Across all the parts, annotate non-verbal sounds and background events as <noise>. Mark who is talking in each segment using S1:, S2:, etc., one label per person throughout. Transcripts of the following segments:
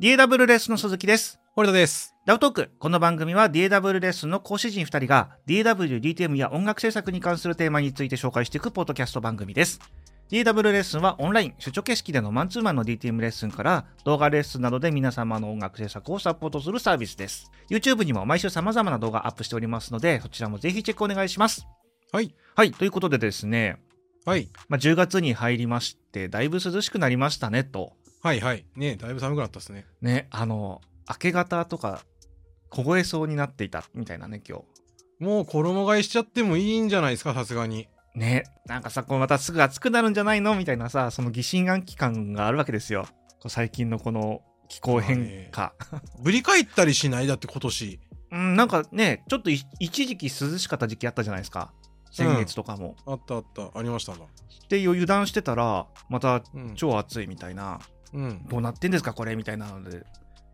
S1: DAW レッスンの鈴木です。
S2: 堀田です。
S1: ダウトーク。この番組は DAW レッスンの講師陣2人が DAW、DTM や音楽制作に関するテーマについて紹介していくポッドキャスト番組です。DAW レッスンはオンライン、出張形式でのマンツーマンの DTM レッスンから動画レッスンなどで皆様の音楽制作をサポートするサービスです。YouTube にも毎週様々な動画アップしておりますので、そちらもぜひチェックお願いします。
S2: はい。
S1: はい、ということでですね、
S2: はい。
S1: まあ、10月に入りまして、だいぶ涼しくなりましたね、と。
S2: はいはい。ねだいぶ寒くなったですね。
S1: ねあの明け方とか凍えそうになっていたみたいなね今
S2: もう衣替えしちゃってもいいんじゃないですか、さすがに。
S1: 日ねなんかさこうまたすぐ暑くなるんじゃないのみたいなさその疑心暗鬼感があるわけですよこう最近のこの気候変化、
S2: ぶり返ったりしないだって今年。
S1: うんなんかねちょっとい一時期涼しかった時期あったじゃないですか先月とかも、
S2: あったあった。ありましたな。
S1: で油断してたらまた
S2: うん。
S1: 超暑いみたいな、
S2: うん。
S1: どうなってんですかこれみたいなので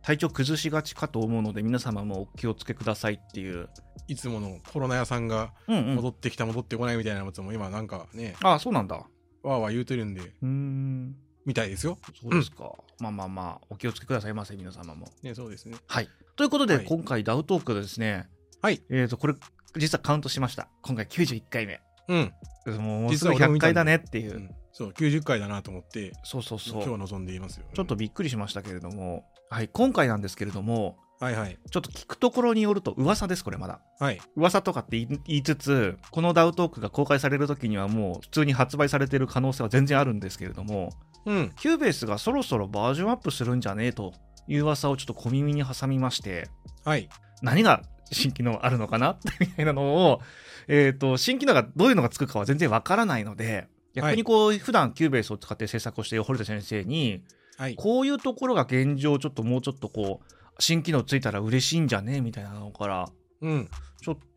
S1: 体調崩しがちかと思うので皆様もお気をつけくださいっていう、
S2: いつものコロナ屋さんが
S1: うんう
S2: 戻
S1: ん、
S2: ってきた、戻ってこないみたいなやつも今なんかね、
S1: あそうなんだ
S2: わーわー言うてるんで、
S1: うーん
S2: みたいですよ。
S1: そうですか。まあまあまあ、お気をつけくださいませ、皆様も。
S2: ねそうですね。
S1: はい。ということで、
S2: はい
S1: 今回、ダウトークですね。
S2: はい。
S1: えっ、と、これ、実はカウントしました。今回91回目。
S2: うん。
S1: もうもうす
S2: 実
S1: ぐ
S2: は俺
S1: 100
S2: も見た
S1: 回
S2: ん
S1: だ
S2: だ
S1: ねっていうう。
S2: ん、そう、90回だなと思って、
S1: そうそうそ
S2: 今日は
S1: う。
S2: 望んでいますよ。
S1: ちょっとびっくりしましたけれども、はい、今回なんですけれども、
S2: はいはい。
S1: ちょっと聞くところによると、噂です、これまだ。
S2: はい。
S1: 噂とかって言い言いつつ、このダウトークが公開される時にはもう普通に発売されてる可能性は全然あるんですけれども、
S2: うん。
S1: キューベースがそろそろバージョンアップするんじゃねえという噂をちょっと小耳に挟みまして、
S2: はい。
S1: 何が新機能あるのかなみたいなのを、 <laughs> えー、と新機能がどういうのがつくかは全然わからないので逆にこう、普段キューベースを使って制作をしている堀田先生に
S2: はい。
S1: こういうところが現状ちょっともうちょっとこう新機能ついたら嬉しいんじゃねみたいなのから
S2: うん。
S1: ちょっと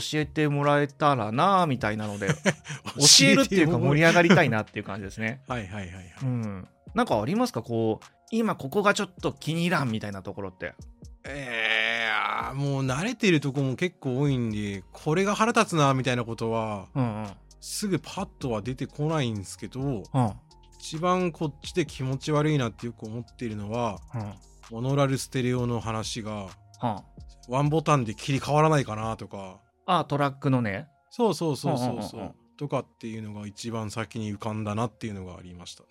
S1: 教えてもらえたらなみたいなの <laughs> で教えるっていうか盛り上がりたいなっていう感じですね。
S2: はいはいはいはい。
S1: うん、なんかありますかこう今ここがちょっと気に入らんみたいなところって。
S2: えー、もう慣れてるとこも結構多いんでこれが腹立つなみたいなことは
S1: うんうん
S2: すぐパッとは出てこないんですけど
S1: うん
S2: 一番こっちで気持ち悪いなってよく思ってるのは
S1: うん
S2: モノラルステレオの話が
S1: うん
S2: ワンボタンで切り替わらないかなとか
S1: あトラックのね
S2: そうそうそうそうそ
S1: うんうんうんうん
S2: うとかっていうのが一番先に浮かんだなっていうのがありましたね。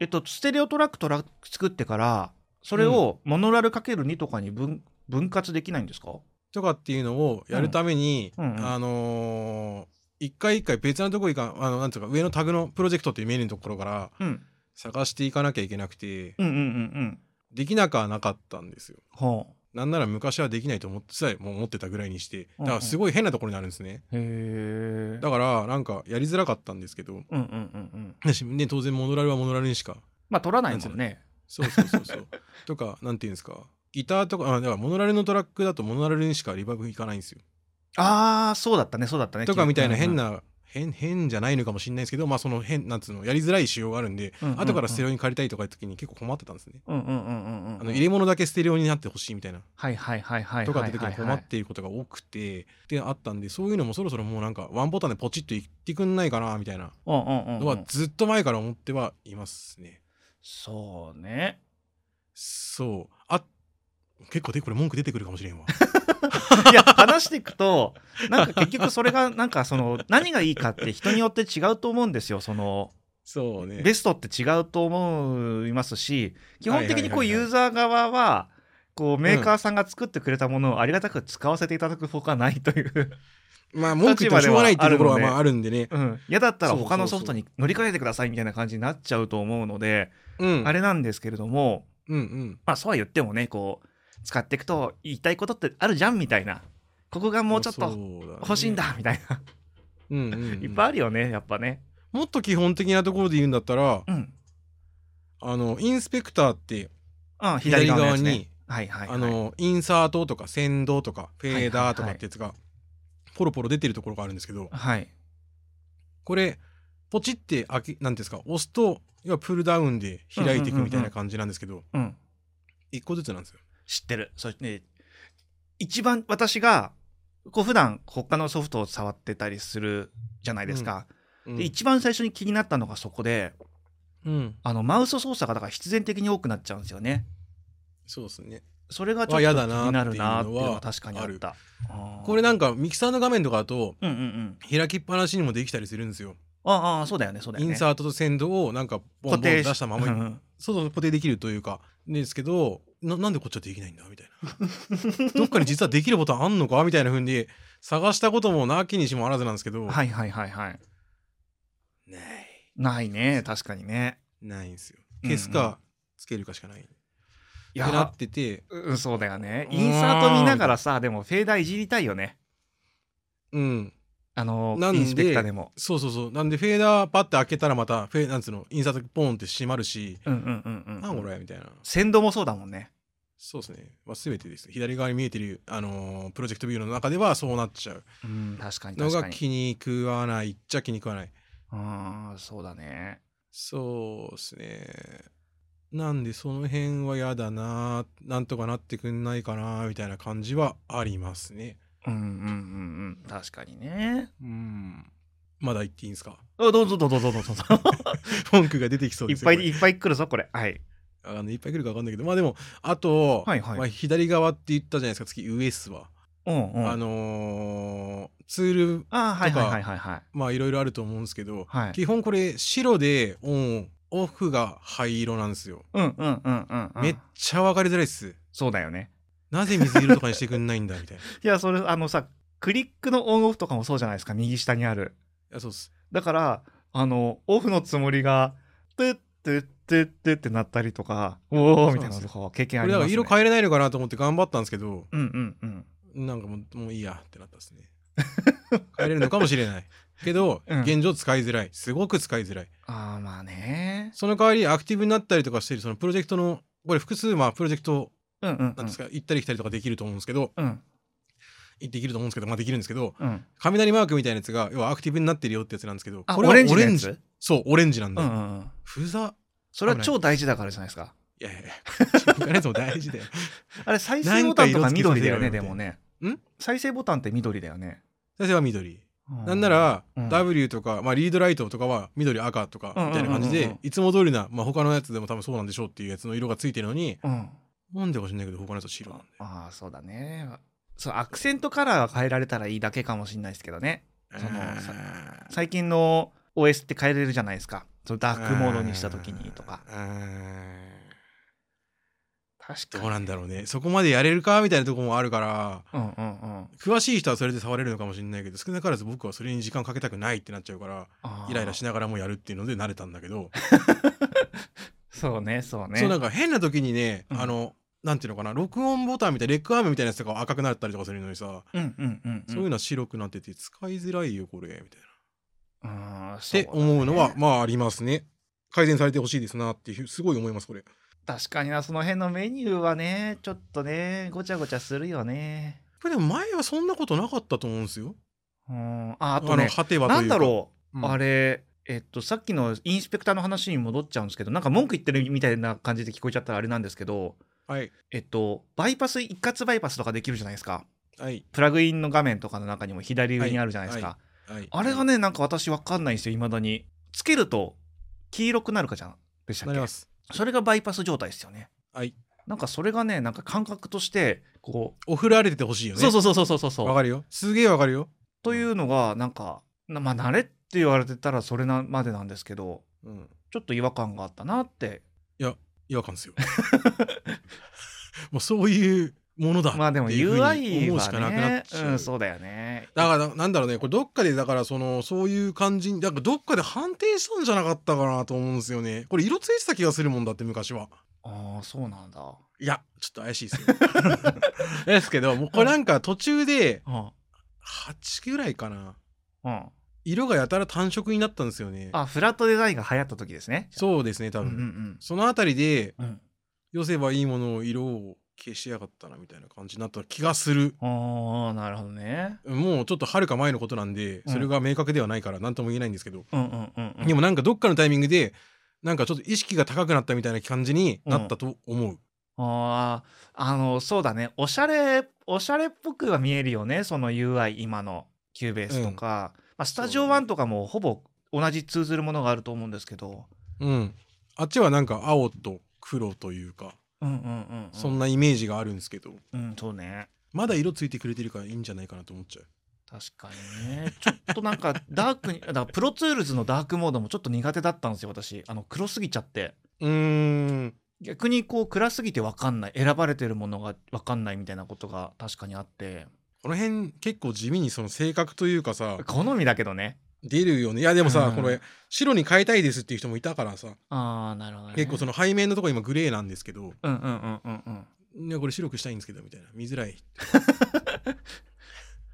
S1: えっとステレオトラックトラック作ってからそれをモノラル ×2 とかに分分割できないんですか
S2: とかっていうのをやるために、
S1: うんうんうん
S2: あのー一回一回別なとこ行かあのなんていうか上のタグのプロジェクトっていうメニューのところから
S1: うん
S2: 探していかなきゃいけなくて
S1: うんうんうんうん
S2: できなくはなかったんですよ
S1: は
S2: なんなら昔はできないと思ってさえもう思ってたぐらいにして
S1: うん
S2: だからすごい変なところになるんですね
S1: あへえ
S2: だからなんかやりづらかったんですけど
S1: うんうんうんうん
S2: 私ね当然モノラルはモノラルにしか
S1: まあ取らないもんね
S2: そうそうそう
S1: <laughs>
S2: そうとかなんていうんですかギターとかあだからモノラルのトラックだとモノラルにしかリバーブいかないんですよ
S1: ああそうだったねそうだったね
S2: とかみたいな変
S1: うん
S2: な変変じゃないのかもしれないですけどまあその変なんつうのやりづらい仕様があるんで
S1: うんうんうん
S2: 後からステレオに借りたいとかいう時に結構困ってたんですね
S1: うんうんうんうんうん
S2: あの入れ物だけステレオになってほしいみたいな
S1: はいはいはいはいはいはいはい
S2: とかって時に困っていることが多くてであったんでそういうのもそろそろもうなんかワンボタンでポチッと言ってくんないかなみたいな
S1: うんうん
S2: の
S1: うんう
S2: は
S1: ん
S2: ずっと前から思ってはいますね。
S1: そうね
S2: そうあ結構でこれ文句出てくるかもしれ
S1: <laughs>
S2: んわ。
S1: いや話していくとなんか結局それがなんかその何がいいかって人によって違うと思うんですよその
S2: そうね
S1: ベストって違うと思いますし基本的にこう
S2: はいはいはいはい
S1: ユーザー側はこうメーカーさんが作ってくれたものをありがたく使わせていただくほかないという、
S2: <laughs> まあ文句言ってもしょうがないっていうところはまああるんでね。
S1: うん、嫌だったら
S2: そうそうそ
S1: 他
S2: う
S1: のソフトに乗り換えてくださいみたいな感じになっちゃうと思うので
S2: うん、
S1: あれなんですけれども
S2: うんうん
S1: まあそうは言ってもねこう使っていくと言いたいことってあるじゃんみたいなここがもうちょっ
S2: そう
S1: と
S2: だね
S1: 欲しいんだみたいな
S2: うんうんうん
S1: いっぱいあるよねやっぱね。
S2: もっと基本的なところで言うんだったら
S1: うん
S2: あのインスペクターって
S1: あ左
S2: 左
S1: 側のや
S2: 側
S1: つ
S2: に、
S1: ねはいはいはい
S2: あのインサートとか先導とかフェーダーとかってやつがポロポロ出てるところがあるんですけど
S1: はい
S2: これポチって開けなんていうんですか押すと要はプルダウンで開いていくみたいな感じなんですけど
S1: うん
S2: 一個ずつなんですよ。
S1: 知ってるそしてね一番私がこう普段他のソフトを触ってたりするじゃないですか、
S2: うん
S1: で一番最初に気になったのがそこで
S2: うん
S1: あのマウス操作がだから必然的に多くなっちゃうんですよね
S2: そうですね
S1: それがちょっと気
S2: は嫌だな
S1: になるなっていう
S2: ってい
S1: の
S2: うの
S1: は
S2: は
S1: 確かにあった。あー
S2: これなんかミキサーの画面とかだと
S1: うんうんうん。
S2: 開きっぱなしにもできたりするんですよ
S1: ああ、そうだよね、そうだよ
S2: イ
S1: ね。
S2: ンサートと先導をなんかボンボ
S1: 固
S2: ン
S1: 定
S2: 出したまま
S1: うんうん
S2: そうそう固定できるというかですけどななんでこっちはできないんだみたいな <laughs> どっかに実はできるボタンあんのかみたいなふうに探したこともなきにしもあらずなんですけど、
S1: はいはいはいはい。
S2: ない
S1: ないね、確かにね。
S2: ないんですよ
S1: うんうん
S2: 消すかつけるかしかない、
S1: い
S2: ってな
S1: や
S2: っ、てて
S1: うん、そうだよね。インサート見ながらさ、でもフェーダーいじりたいよね。
S2: うん
S1: あの
S2: なん、で
S1: インスペクターでも。
S2: そうそうそうなんでフェーダーパッて開けたらまたフェなんつうのインサートポーンって閉まるし、
S1: うんうんうんうん。
S2: なんこれみたいな
S1: 先導もそうだもんね。
S2: そうですね、まあ、全てです左側に見えてる、あのープロジェクトビューの中ではそうなっちゃう
S1: うん、確かに
S2: の
S1: 確
S2: が
S1: かに。
S2: 気に食わないっちゃ気に食わない
S1: ああ、そうだね。
S2: そうですね。なんでその辺は嫌だな、なんとかなってくんないかな、みたいな感じはありますね。
S1: うんうんうんうん。確かにね。
S2: うん。まだ言っていいんですか <laughs>
S1: あどうぞどうぞどうぞどうぞ。
S2: 文句が出てきそう
S1: い
S2: で
S1: っ
S2: す
S1: ぱ
S2: よ
S1: いいっぱい来るぞ、これ。はい。
S2: これあのいっぱい来るか分かんないけど、まあでも、あと、
S1: はいはい
S2: まあ、左側って言ったじゃないですか、次、ウエスは。
S1: うんうん。
S2: あのーツール、
S1: あーはい
S2: と
S1: は
S2: か
S1: いはいはいはい。
S2: まあいろいろあると思うんですけど、
S1: はい
S2: 基本これ、白でオン、オフが灰色なんですよ。
S1: うんうんうんうん、うん。
S2: めっちゃ分かりづらいっす。
S1: そうだよね。
S2: なぜ水色とかにしてくんないんだ、みたいな。
S1: いや、それ、あのさ、クリックのオンオフとかもそうじゃないですか、右下にある。
S2: いやそうっす。
S1: だから、あの、オフのつもりが、トゥットゥットゥットゥってなったりとか、おーみたいなのとかは経験あ
S2: こ
S1: り
S2: れだ
S1: ます
S2: から
S1: ね。
S2: 色変えれないのかなと思って頑張ったんですけど
S1: うんうんうん。
S2: なんかもうもういいやってなったで
S1: <laughs>
S2: すね変えれるのかもしれないけど、
S1: うん
S2: 現状使いづらいすごく使いづらい
S1: ああ、まあね。
S2: その代わりアクティブになったりとかしてるそのプロジェクトのこれ複数まあプロジェクト
S1: うんうん、う
S2: なん
S1: ん
S2: です。か、行ったり来たりとかできると思うんですけど
S1: うん
S2: いできると思うんですけどまあできるんですけど
S1: うん。
S2: 雷マークみたいなやつが要はアクティブになってるよってやつなんですけど
S1: あ、
S2: これは
S1: オレンジのやつ
S2: そうオレンジなん
S1: う
S2: だ、
S1: んうんうん。
S2: ふざ
S1: それは超大事だからじゃないですか。
S2: いやいやいや自分からやつも大事だよ
S1: あれ、再生ボタンとか
S2: なんか色
S1: 緑だ
S2: 付けさせろ
S1: よ
S2: よ
S1: ね、
S2: みた
S1: で
S2: いな
S1: もね。
S2: ん
S1: 再生ボタンって緑だよね。
S2: 先生は緑
S1: う
S2: なんな、ら、
S1: うん
S2: W とか、まあ、リードライトとかは緑赤とか
S1: うんうん
S2: みたいな感じ
S1: うんうん
S2: でいつも通りな、まあ、他のやつでも多分そうなんでしょうっていうやつの色がついてるのに
S1: うん。
S2: なんでか知んないけど他のやつは白なんだよ
S1: ああ、そうだね。そう、アクセントカラーが変えられたらいいだけかもしれないですけどね。その
S2: あー
S1: 最近の OS って変えれるじゃないですか。そのダークモードにした時にとか。
S2: あー
S1: 確かに。
S2: どうなんだろうねそこまでやれるかみたいなとこもあるから
S1: うんうんうん。
S2: 詳しい人はそれで触れるのかもしれないけど少なからず僕はそれに時間かけたくないってなっちゃうから
S1: あー
S2: イライラしながらもやるっていうので慣れたんだけど、
S1: そうね、そうね。
S2: そうなんか変な時にね、
S1: うん
S2: あのなんていうのかな録音ボタンみたいなレックアームみたいなやつとか赤くなったりとかするのにさ、
S1: うんうんうんうん。
S2: そういうのは白くなってて使いづらいよこれみたいな。っ
S1: あーそう
S2: て
S1: だね
S2: 思うのはまあありますね。改善されてほしいですなっていうすごい思いますこれ。
S1: 確かになその辺のメニューはねちょっとねごちゃごちゃするよね
S2: これでも前はそんなことなかったと思うんですよ。
S1: うんああと
S2: あの
S1: ね
S2: 果てはというか。
S1: なんだろう、
S2: うん
S1: あれえっとさっきのインスペクターの話に戻っちゃうんですけどなんか文句言ってるみたいな感じで聞こえちゃったらあれなんですけど
S2: はい
S1: えっとバイパス一括バイパスとかできるじゃないですか
S2: はい
S1: プラグインの画面とかの中にも左上にあるじゃないですか、
S2: ははい。
S1: あれがねなんか私わかんないんですよいまだにつけると黄色くなるかじゃんでしたっ
S2: なりま
S1: け
S2: す。
S1: それがバイパス状態ですよね
S2: はい。
S1: なんかそれがねなんか感覚としてこう
S2: お振られててほしいよね。
S1: そうそうそうそうそうそう
S2: わかるよ。すげえわかるよ。
S1: というのがなんかなまあ慣れって言われてたらそれなまでなんですけど
S2: うん。
S1: ちょっと違和感があったなって
S2: 違和感ですよ。 <laughs> もうそういうものだ。
S1: まあでも
S2: っていうふうに
S1: UI
S2: 思うしかな
S1: は
S2: くなっ
S1: ね
S2: ちゃう。
S1: うんそうだよね
S2: だからななんだろうねこれどっかでだからそのそういう感じにだからどっかで判定したんじゃなかったかなと思うんですよねこれ色ついてた気がするもんだって昔は
S1: ああそうなんだあ
S2: いやちょっと怪しいですよ <laughs> ですけどもうこれなんか途中で
S1: あ
S2: 8ぐらいかな
S1: うん
S2: 色がやたら単色になったんですよね
S1: あフラットデザインが流行った時ですねう
S2: そうですね多
S1: うん
S2: 分、
S1: うん
S2: そのあたりで
S1: うん
S2: 寄せばいいものを色を消しやがったなみたいな感じになった気がする
S1: ああなるほどね
S2: もうちょっとはるか前のことなんでそれが明確ではないから何とも言えないんですけど、
S1: うんうんうんうん
S2: でもなんかどっかのタイミングでなんかちょっと意識が高くなったみたいな感じになったと思う、
S1: あああのそうだねおしゃれおしゃれっぽくは見えるよねその UI 今のキューベースとか、まあ、スタジオ
S2: そう
S1: 1とかもほぼ同じ通ずるものがあると思うんですけど
S2: うんあっちはなんか青と黒というか
S1: うんうんうん、
S2: そんなイメージがあるんですけど
S1: うんそうね
S2: まだ色ついてくれてるからいいんじゃないかなと思っちゃう
S1: 確かにねちょっとなんか <laughs> ダークにだからプロツールズのダークモードもちょっと苦手だったんですよ私あの黒すぎちゃって
S2: うーん
S1: 逆にこう暗すぎて分かんない選ばれてるものが分かんないみたいなことが確かにあって
S2: この辺結構地味にその性格というかさ
S1: 好みだけどね
S2: 出るよねいやでもさ、
S1: うん
S2: これ白に変えたいですっていう人もいたからさ
S1: ああなるほど、ね、
S2: 結構その背面のとこ今グレーなんですけ
S1: う
S2: ど
S1: んうんうんうんうん
S2: いやこれ白くしたいんですけどみたいな見づら
S1: <laughs>
S2: い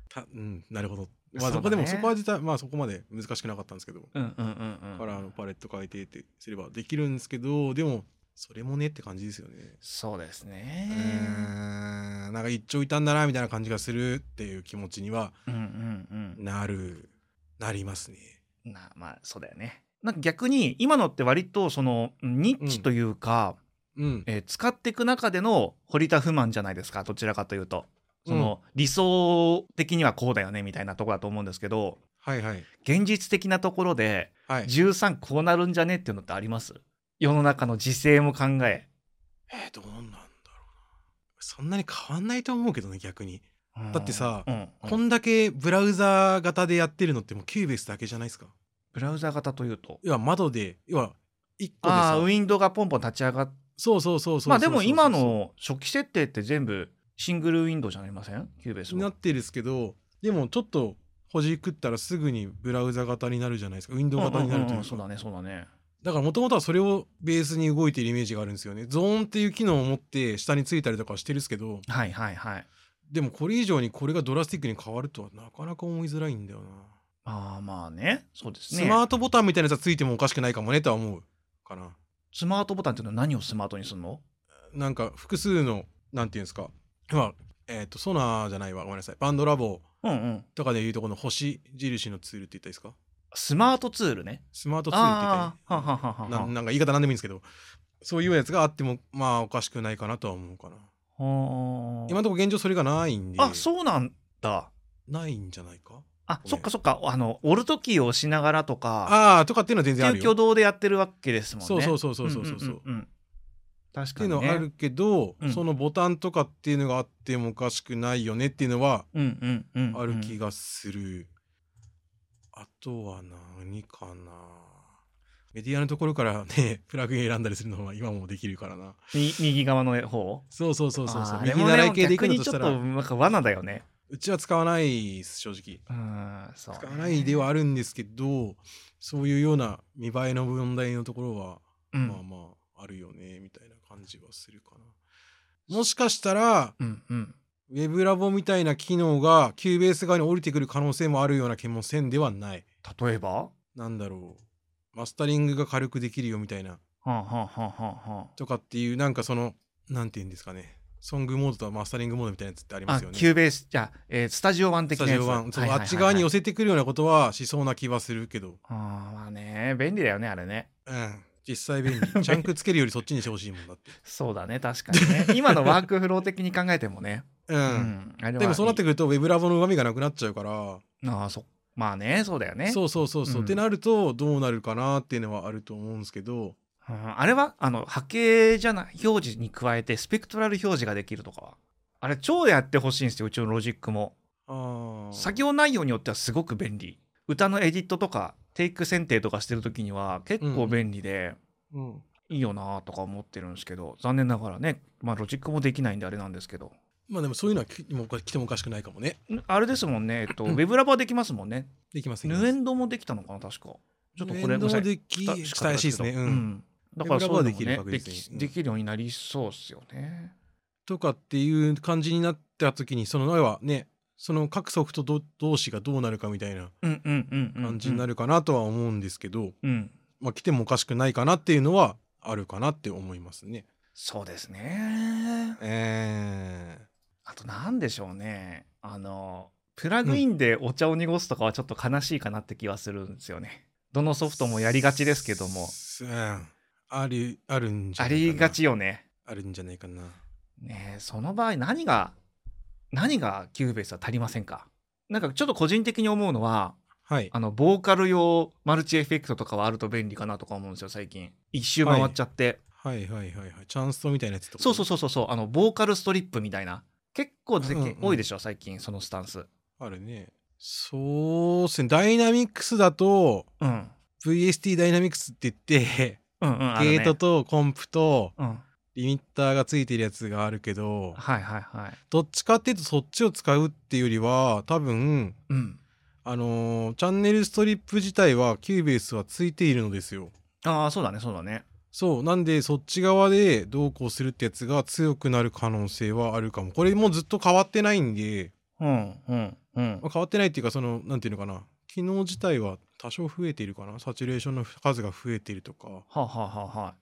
S2: たうんなるほどまあそこでも
S1: そうだね
S2: そこは実はまあそこまで難しくなかったんですけど
S1: うんうんうんうん
S2: カラーのパレット変えてってすればできるんですけどでもそれもねって感じですよね
S1: そうです
S2: う
S1: ね
S2: ーんなんか一長一短だなみたいな感じがするっていう気持ちには
S1: うんうんうん
S2: なるなりますね
S1: なまあそうだよねなんか逆に今のって割とそのニッチというか、
S2: うん
S1: えー使っていく中での堀田不満じゃないですかどちらかというとその、理想的にはこうだよねみたいなとこだと思うんですけど
S2: はいはい
S1: 現実的なところで
S2: はい
S1: 13こうなるんじゃねっていうのってあります世の中の時勢も考え、
S2: えー、どうなんだろうなそんなに変わんないと思うけどね逆に
S1: うん
S2: だってさ
S1: うん
S2: こんだけブラウザー型でやってるのってもうキューベースだけじゃないですか
S1: ブラウザ型というと
S2: 要は窓で要は1個で
S1: ああ
S2: さ
S1: ウィンドウがポンポン立ち上がっ
S2: そうそうそうそうそう
S1: まあでも今
S2: そう
S1: の初期設定って全部シングルウィンドウじゃありませんキューベー
S2: そう
S1: ス
S2: にな
S1: は
S2: ってるですけどでもちょっとほじくったらすぐにブラウザ型になるじゃないですかウィンドウ型になる
S1: うんうん
S2: といううんか
S1: そうだねそうだね
S2: だからもともとはそれをベースに動いているイメージがあるんですよねゾーンっていう機能を持って下についたりとかはしてるんですけど
S1: はいはいはい
S2: でもこれ以上にこれがドラスティックに変わるとはなかなか思いづらいんだよな
S1: まあまあねそうですね
S2: スマートボタンみたいなやつはついてもおかしくないかもねとは思うかな
S1: スマートボタンっていうのは何をスマートにするの
S2: なんか複数のなんていうんですかまあえっ、とソナーじゃないわごめんなさいバンドラボ
S1: うんうん
S2: とかでいうとこの星印のツールって言ったらいいですか
S1: スマートツールね
S2: スマートツールって言った
S1: ああははは
S2: らいい
S1: は
S2: ななんか言い方なんでもいいんですけどそういうやつがあってもまあおかしくないかなとは思うかな
S1: は
S2: 今のところ現状それがないんで
S1: あそうなんだ
S2: ないんじゃないか
S1: あ
S2: ごめん
S1: そっかそっかあのオルトキーを押しながらとか
S2: ああーとかっていうのは全
S1: って
S2: 然あ
S1: い
S2: る
S1: う
S2: よ
S1: 挙動でやってるわけですもんね
S2: そうそうそうそうそうそう,、
S1: んんんん確
S2: って
S1: か
S2: いう
S1: にね
S2: のはあるけど、
S1: うん
S2: そのボタンとかっていうのがあってもおかしくないよねっていうのは
S1: うんうんうんうん
S2: ある気がする、あとは何かなメディアのところからねプラグイン選んだりするのは今もできるからな
S1: み右側の方
S2: そうそうそうそうそう
S1: あーあれ
S2: 右
S1: もね
S2: 習い系でい
S1: 逆
S2: くの
S1: に
S2: と
S1: ち
S2: し
S1: ょ
S2: た
S1: っと
S2: ら
S1: なんか罠だよね
S2: うちは使わないです正直
S1: うんそうね
S2: 使わないではあるんですけどそういうような見栄えの問題のところは
S1: うん
S2: まあまああるよねみたいな感じはするかなもしかしたら
S1: うんうん
S2: ウェブラボみたいな機能がキューベース側に降りてくる可能性もあるような気もせんではない
S1: 例えばは
S2: なんだろうマスタリングが軽くできるよみたいな
S1: あはあはあはあは
S2: とかっていうなんかそのなんて言うんですかねソングモードとマスタリングモードみたいなやつってあり
S1: あ
S2: ま
S1: あ
S2: すよね
S1: キューベースじゃあ、えースタジオワン
S2: ス
S1: 的
S2: タ
S1: な
S2: ジ
S1: やつ
S2: オワンそう
S1: はいはいはい
S2: あ
S1: はい
S2: っち側に寄せてくるようなことはしそうな気はするけど、
S1: あーまあね便利だよねあれね
S2: うん、実際
S1: <laughs>
S2: 便利チャンクつけるよりそっちにしてほしいもんだって
S1: そうだね確かに
S2: <laughs>
S1: ね今のワークフロー的に考えてもね、
S2: う、
S1: うんあれは
S2: でもそうなって
S1: い
S2: くるとウェブラボのうまみがなくなっちゃうから
S1: いああそまあねそうだよね
S2: そうそうそうそ
S1: う
S2: う、
S1: ん
S2: ってなるとどうなるかなっていうのはあると思うんですけど
S1: うんあれはあの波形じゃない表示に加えてスペクトラル表示ができるとかはあれ超やってほしいんですようちのロジックも
S2: ああ
S1: 作業内容によってはすごく便利歌のエディットとかテイク選定とかしてる時には結構便利で、
S2: うん、
S1: いいよなとか思ってるんですけど残念ながらねまあロジックもできないんであれなんですけど
S2: まあでもそういうのはきもうか来てもおかしくないかもね
S1: んあれですもんねえっと、
S2: うん
S1: ウェブラバーできますもんね
S2: できます
S1: ヌエンドもできたのかな確かちょっとこれ
S2: ウェブ
S1: ごめんな
S2: ラボ
S1: さい
S2: でき
S1: 下
S2: したらしいですね
S1: 下だ
S2: う
S1: けどう
S2: ん、
S1: んだからそういうのも
S2: ウェブラ
S1: ね
S2: バーで
S1: で
S2: きる確実に
S1: き
S2: うん
S1: できるようになりそうっすよね
S2: とかっていう感じになった時にその要はねその各ソフトど同士がどうなるかみたいな
S1: うんうんうんうん
S2: 感じにな
S1: る
S2: るかなとは思うんですけど、
S1: うん
S2: まあ来てもおかしくないかなっていうのはあるかなって思いますね。
S1: そうですね
S2: え
S1: あと何でしょうねあのプラグインでお茶を濁すとかはちょっと悲しいかなって気はするんですよねどのソフトもやりがちですけども
S2: うんあるあるんじゃ
S1: あ
S2: ないかな
S1: りがちよね
S2: あるんじゃないかな。
S1: ねえその場合何が何がキューベースは足りませんかなんかちょっと個人的に思うのは
S2: はい。
S1: あのボーカル用マルチエフェクトとかはあると便利かなとか思うんですよ最近一周回っちゃって、
S2: はいはいはいはい。チャンストみたいなやつってこと
S1: そうそうそうそうそうあのボーカルストリップみたいな結構出てきて
S2: うんうん
S1: 多いでしょ最近そのスタンス
S2: あるね。そうっすね。ダイナミックスだと、
S1: うん
S2: VST ダイナミクスって言って、
S1: うんうんあるね
S2: ゲートとコンプと
S1: うん
S2: リミッターがついてるやつがあるけど、
S1: はいはいはい
S2: どっちかっていうとそっちを使うっていうよりは、多分、
S1: うん
S2: あのーチャンネルストリップ自体はキューベースはついているのですよ。
S1: ああそうだねそうだね
S2: そう。なんで、そっち側でどうこうするってやつが強くなる可能性はあるかも。これもうずっと変わってないんで、
S1: うんうんうん
S2: まあ変わってないっていうか、その、なんていうのかな。機能自体は多少増えているかな。サチュレーションの数が増えているとか、
S1: はあ、はあはあはあ、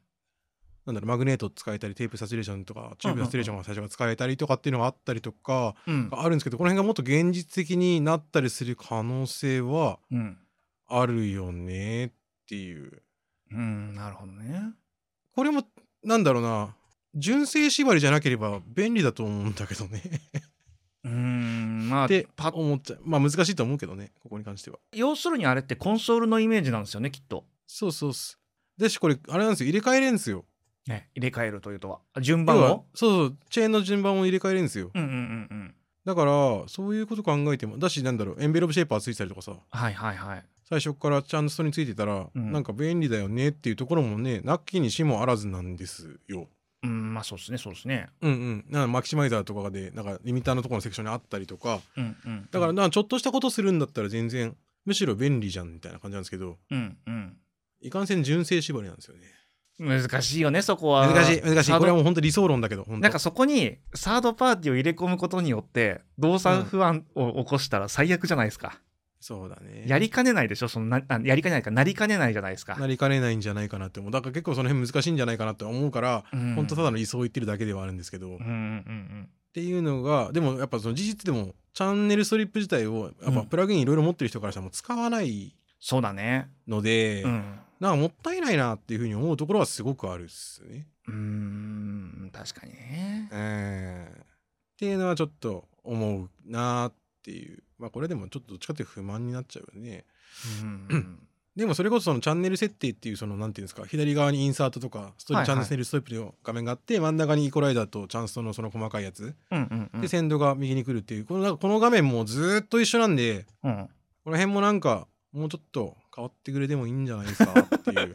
S2: なんだろう、マグネート使えたり、テープサチュレーションとか、チュー
S1: うんうんうん
S2: ブサチュレーションが最初が使えたりとかっていうのがあったりとか、
S1: うん
S2: あるんですけど、この辺がもっと現実的になったりする可能性は
S1: うん
S2: あるよねっていう。
S1: うんなるほどね
S2: これもなんだろうな純正縛りじゃなければ便利だと思うんだけどね
S1: うーんまあ
S2: って
S1: パッ
S2: 思っちゃうまあ難しいと思うけどねここに関しては
S1: 要するにあれってコンソールのイメージなんですよねきっと、
S2: そうそうっすだしこれあれなんですよ入れ替えれんすよ
S1: ね、入れ替えるというとはあ順番
S2: 要は
S1: を
S2: そうそうチェーンの順番を入れ替えれんすよ
S1: うんうんうんうん
S2: だからそういうこと考えてもだしなんだろうエンベローブシェーパーついてたりとかさ
S1: はいはいはい
S2: 最初からちゃんとそれについてたら、
S1: うん
S2: なんか便利だよねっていうところもねなきにしもあらずなんですよ
S1: うんまあそうですねそうですね
S2: うんうんなんかマキシマイザーとかでなんかリミッターのところのセクションにあったりとか
S1: うんうん
S2: だからなちょっとしたことするんだったら全然むしろ便利じゃんみたいな感じなんですけど
S1: うんうん
S2: いかんせん純正縛りなんですよね
S1: 難しいよねそこは
S2: 難しい難しい
S1: サード
S2: これはもう本当理想論だけど本当
S1: なんかそこにサードパーティーを入れ込むことによって動産不安を起こしたら最悪じゃないですか、
S2: そうだね
S1: やりかねないでしょそのなあやりかねないかなりかねないじゃないですか
S2: なりかねないんじゃないかなって思うだから結構その辺難しいんじゃないかなって思うから、
S1: うん
S2: 本当ただの理想を言ってるだけではあるんですけど、
S1: う
S2: っ
S1: んうんうん
S2: ていうのがでもやっぱその事実でもチャンネルストリップ自体をやっ
S1: う
S2: ぱ
S1: ん
S2: プラグインいろいろ持ってる人からしたらもう使わない
S1: そうだね
S2: ので、
S1: うん
S2: なんかもったいないなっていうふうに思うところはすごくあるっすね。
S1: うーん確かにね
S2: えーっていうのはちょっと思うなーっていうまあこれでもちょっとどっちかっていうと不満になっちゃうよね
S1: うん
S2: でもそれこそそのチャンネル設定っていうそのなんていうんですか左側にインサートとかストリ
S1: はいはい
S2: チャンネルストリップの画面があって真ん中にイコライザーとチャンストのその細かいやつ
S1: うんうんうん
S2: で先導が右に来るっていうこのなんかこの画面もずーっと一緒なんで
S1: うん
S2: この辺もなんかもうちょっと変わってくれてもいいんじゃないですかって
S1: <laughs>
S2: いう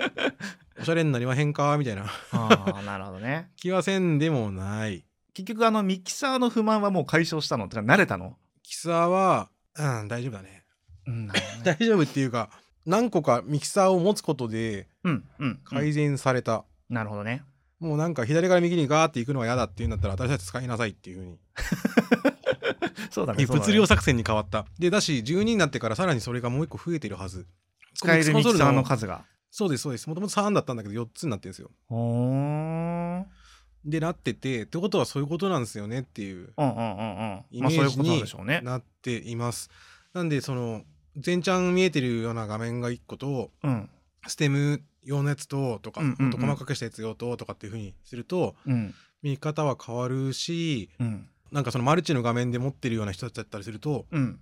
S2: おしゃれになりまへんかみたいな
S1: ああなるほどね <laughs>
S2: 気はせんでもない
S1: 結局あのミキサーの不満はもう解消したのとか慣れたの
S2: キサはうん大丈夫だね
S1: うんなるほど
S2: <laughs> 大
S1: ね
S2: 丈夫っていうか何個かミキサーを持つことで
S1: うんうんうん
S2: 改善された、
S1: なるほどね
S2: もうなんか左から右にガーっていくのが嫌だっていうんだったら私たち使いなさいっていうふうに
S1: そうだねそうだね
S2: 物量作戦に変わったでだし12になってからさらにそれがもう一個増えてるはず
S1: 使えるミキサーの
S2: コンソール
S1: 数が
S2: そうですそうですもともと3だったんだけど4つになってるんですよ
S1: ほーん
S2: でなっててってことはそういうことなんですよねっていう
S1: うんうんうんうん。
S2: イ
S1: ま
S2: メ
S1: あそうい
S2: ー
S1: う
S2: ジ
S1: ことなん
S2: に
S1: でしょうね。
S2: なっていますなんでその全ちゃん見えてるような画面が1個と
S1: うん。
S2: ステム用のやつととか、
S1: うんうんうん
S2: もっと細かくしたやつ用ととかっていうふうにすると
S1: うん。
S2: 見方は変わるし
S1: うん。
S2: なんかそのマルチの画面で持ってるような人たちだったりすると
S1: うん。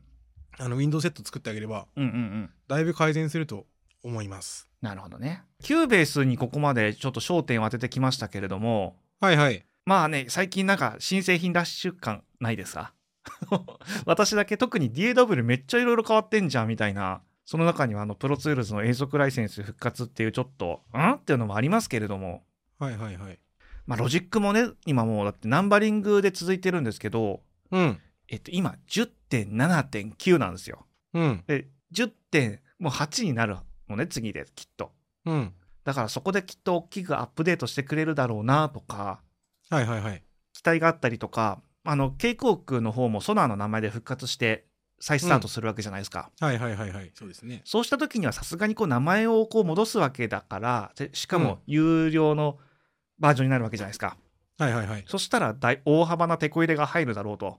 S2: あのウィンドウセット作ってあげれば
S1: うんうんうん。
S2: だいぶ改善すると思います
S1: なるほどね。キューベースにここまでちょっと焦点を当ててきましたけれども、
S2: はいはい
S1: まあね、最近なんか新製品ラッシュ感ないですか <laughs> 私だけ特に DAW めっちゃいろいろ変わってんじゃんみたいな、その中にはあのプロツールズの永続ライセンス復活っていうちょっと、んっていうのもありますけれども、
S2: はいはいはい
S1: まあロジックもね、今もうだってナンバリングで続いてるんですけど、
S2: うん
S1: えっと今10.7.9なんですよ。
S2: うん
S1: で10点もう8になるのね次できっと
S2: うん
S1: だからそこできっと大きくアップデートしてくれるだろうなとか
S2: はいはいはい
S1: 期待があったりとかあの K 航空の方もソナーの名前で復活して再スタートするわけじゃないですか、
S2: はいはいはいはいそうですね
S1: そうした時にはさすがにこう名前をこう戻すわけだからでしかも有料のバージョンになるわけじゃないですか、
S2: はいはいはい
S1: そしたら大大幅なテこ入れが入るだろうと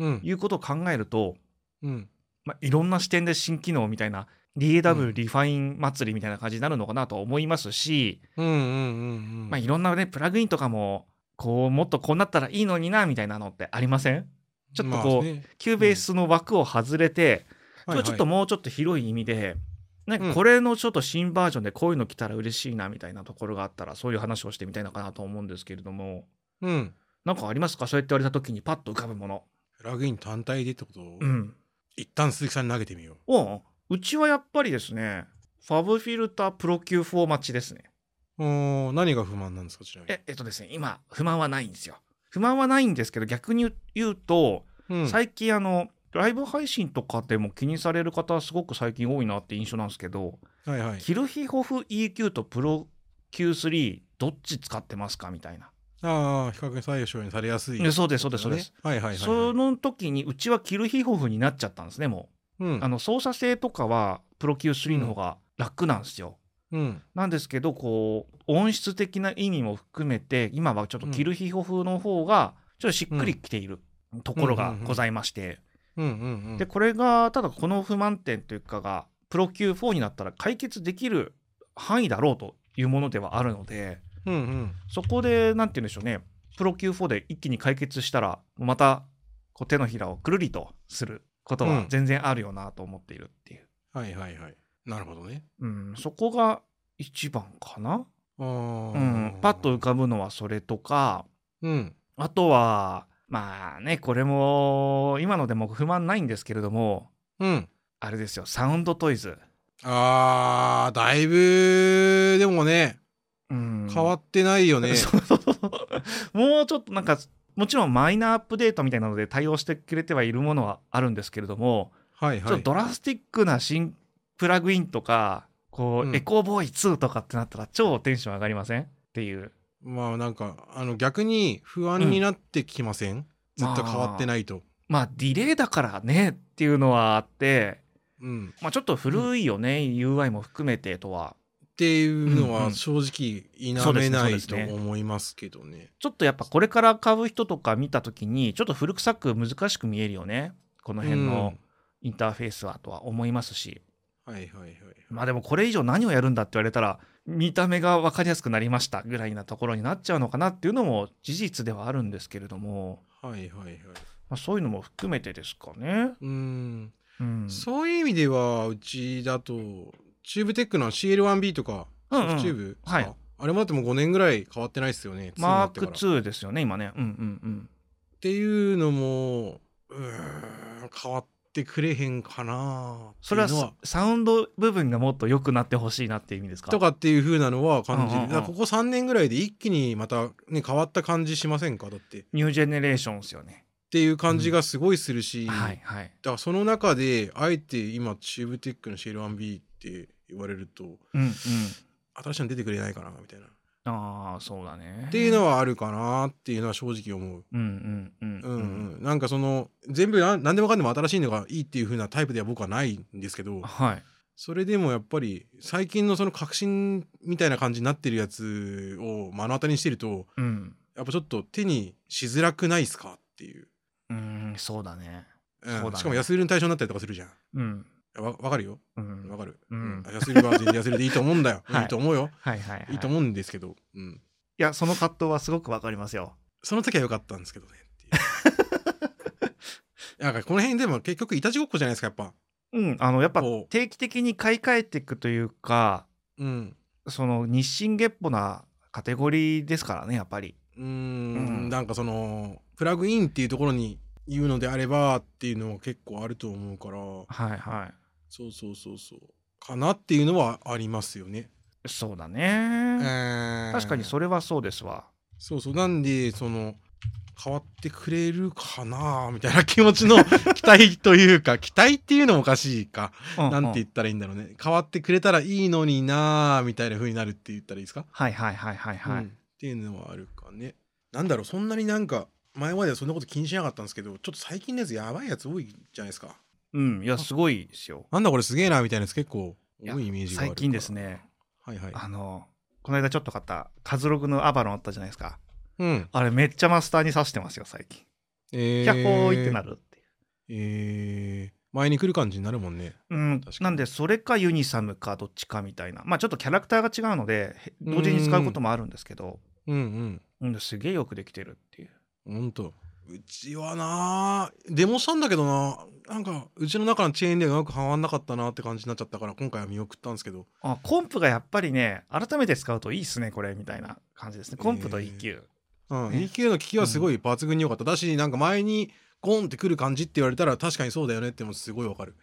S2: うん
S1: いうことを考えると、
S2: うん
S1: まあ、いろんな視点で新機能みたいな
S2: う
S1: DAW
S2: ん
S1: リファイン祭りみたいな感じになるのかなとは思いますし、
S2: うんうんうんうん
S1: まあ、いろんなねプラグインとかもこうもっとこうなったらいいのになみたいなのってありませんちょっとこう、
S2: まあね
S1: キューベースの枠を外れて、
S2: はいはい
S1: ちょっともうちょっと広い意味でなん
S2: う
S1: か
S2: ん
S1: これのちょっと新バージョンでこういうの来たら嬉しいなみたいなところがあったらそういう話をしてみたいなかなと思うんですけれども
S2: うん。
S1: なんかありますかそうやって言われた時にパッと浮かぶもの。
S2: プラグイン単体でってことを、
S1: うん、
S2: 一旦鈴木さんに投げてみよう。
S1: おううちはやっぱりですねファブフィルタープロ Q4 待ちですね。
S2: うーん何が不満なんですかちなみに。
S1: ええっとですね今不満はないんですよ。不満はないんですけど逆に言うと、
S2: うん
S1: 最近あのライブ配信とかでも気にされる方はすごく最近多いなって印象なんですけど、
S2: はいはい。
S1: キルヒホフ EQ とプロ Q3 どっち使ってますかみたいな、
S2: ああ、比較対象にされやすい、
S1: いやそうですそうですそうです、。
S2: はいはいはい、はい。
S1: その時にうちはキルヒホフになっちゃったんですねも
S2: う
S1: う、
S2: ん
S1: あ。の操作性とかはプロ Q3 の方が楽なんですよ、
S2: うん。
S1: なんですけどこう音質的な意味も含めて今はちょっとキルヒホフの方がちょっとしっくりきているところがございまして、
S2: うんうんうん。
S1: でこれがただこの不満点というかがプロ Q4 になったら解決できる範囲だろうというものではあるので
S2: うんうん。
S1: そこでなんて言うんでしょうねプロ Q4 で一気に解決したらまたこう手のひらをくるりとすること
S2: う
S1: は
S2: ん
S1: 全然あるよなと思っているっていう、
S2: はいはいはい。なるほどね。
S1: うん、そこが一番かな、
S2: あ
S1: う
S2: ー
S1: ん、パッと浮。かぶのはそれとか
S2: うん。
S1: あとはまあねこれも今のでも不満ないんですけれども
S2: うん。
S1: あれですよサウンドトイズ、
S2: ああ、だいぶ、でもね、
S1: うん、
S2: 変わってない <laughs> よ
S1: <laughs>
S2: ね。
S1: そうそうそうもうちょっとなんかもちろんマイナーアップデートみたいなので対応してくれてはいるものはあるんですけれども、
S2: はい
S1: ちょ
S2: は
S1: っ
S2: い。
S1: とドラスティックな新プラグインとかこう、
S2: うん
S1: エコーボーイ2とかってなったら超テンション上がりませんっていう
S2: まあなんか、あの逆に不安になってきません、ずっと変わってないと。
S1: まあディレイだからねっていうのはあって、
S2: うん。
S1: まあ、ちょっと古いよね、UI も含めてとは
S2: っていうの
S1: うんう
S2: は
S1: ん
S2: 正直否
S1: そうで
S2: め
S1: すねそう
S2: な
S1: で
S2: い
S1: す
S2: と
S1: ね
S2: 思いますけどね。
S1: ちょっとやっぱこれから買う人とか見た時にちょっと古臭く難しく見えるよねこの辺のインターフェースはとは思いますし。
S2: うん。はいはいはい。
S1: まあでもこれ以上何をやるんだって言われたら見た目が分かりやすくなりましたぐらいなところになっちゃうのかなっていうのも事実ではあるんですけれども、
S2: はいはいはい。
S1: まあ、そういうのも含めてですかね。
S2: うん。
S1: うん、
S2: そういう意味では、うちだと、チューブテックの CL1B とか、
S1: うんうん
S2: ソフトチューブとか、
S1: はい
S2: あれもだってもう5年ぐらい変わってないですよね。
S1: マーク
S2: 2になってから
S1: 2ですよね今ね。うんうん
S2: っていうのも、うーん、変わってくれへんかな
S1: それは
S2: っていうの
S1: ササウンド部分がもっと良くなってほしいなっていう意味ですか
S2: とかっていう風なのは感じ
S1: うんうんう
S2: る。
S1: ん
S2: だからここ3年ぐらいで一気にまたね、変わった感じしませんかだって。っ
S1: ニュージェネレーションですよね。
S2: ていう感じがすごいするし、
S1: はいはい。
S2: だからその中で、あえて今、チューブテックの CL1B って言われると、
S1: うんうん。
S2: 新しいの出てくれないかなみたいな。
S1: ああそうだね。
S2: っていうのはあるかなっていうのは正直思う。
S1: うんうんう
S2: うん
S1: ん
S2: う
S1: うん。
S2: ん、なんかその全部なん何でもかんでも新しいのがいいっていう風なタイプでは僕はないんですけど
S1: はい。
S2: それでもやっぱり最近のその革新みたいな感じになってるやつを目の当たりにしてると
S1: うん。
S2: やっぱちょっと手にしづらくないですかっていう、
S1: うんそうだね。
S2: うん
S1: そうだね
S2: しかも安売りの対象になったりとかするじゃんい
S1: うん。
S2: やわわかるよ
S1: うん
S2: わかる、
S1: うん
S2: うん安売りは全然安売りでいいと思うんだよ、
S1: <laughs> はい
S2: い、いと思うよ
S1: はいはい、はい。
S2: いいと思うんですけど、うん、
S1: いや、その葛藤はすごくわかりますよ。
S2: その時は良かったんですけどね
S1: <laughs>
S2: っていうなんかこの辺でも結局いたちごっこじゃないですかやっぱ
S1: うん、あの、やっぱ
S2: おう
S1: 定期的に買い替えていくというか、
S2: うん
S1: その日進月歩なカテゴリーですからね、やっぱり。
S2: うーん
S1: うん
S2: なんかそのプラグインっていうところに言うのであればっていうのは結構あると思うから
S1: はいは
S2: そうそうそうそうかなっていうのはありますよね。
S1: い。そうだね。確
S2: 確
S1: かにそ
S2: れ
S1: れはそうですわ。
S2: そうそうなんでその変わってくれるかなみたいな気持ちの <laughs> 期待というか期待っていうのもおかしいか、
S1: うう
S2: なんて言ったらいいんだろうね変わってくれたらいいのになーみたいな風になるって言ったらいいですか
S1: はいはいはいはいはい。
S2: うんっていうのはあるかねなんだろうそんなになんか前まではそんなこと気にしなかったんですけどちょっと最近のやつやばいやつ多いじゃないですか
S1: うん、いや、すごいですよ。
S2: なんだこれすげえなみたいなやつ結構多いイメージがある
S1: 最近ですね、
S2: はいはい
S1: あの、この間ちょっと買ったカズログのアバロンあったじゃないですか。
S2: うん
S1: あれめっちゃマスターに刺してますよ、最近。
S2: え
S1: キ
S2: ー
S1: ャッホーイってなるっていう。
S2: えー前に来る感じになるもんね
S1: うん
S2: 確、かに
S1: なんでそれかユニサムかどっちかみたいなまあちょっとキャラクターが違うのでへ同時に使うこともあるんですけど
S2: うん
S1: うんすげえよくできてるっていう
S2: うんほんとうちはなーデモしたんだけどななんかうちの中のチェーンではうまくはまんなかったなって感じになっちゃったから今回は見送ったんですけど
S1: あコンプがやっぱりね改めて使うといいっすねこれみたいな感じですねコンプと EQ、
S2: うん、
S1: ね
S2: EQ の利きはすごい抜群に良かった、だしなんか前にゴンってくる感じって言われたら確かにそうだよねってのもすごいわかる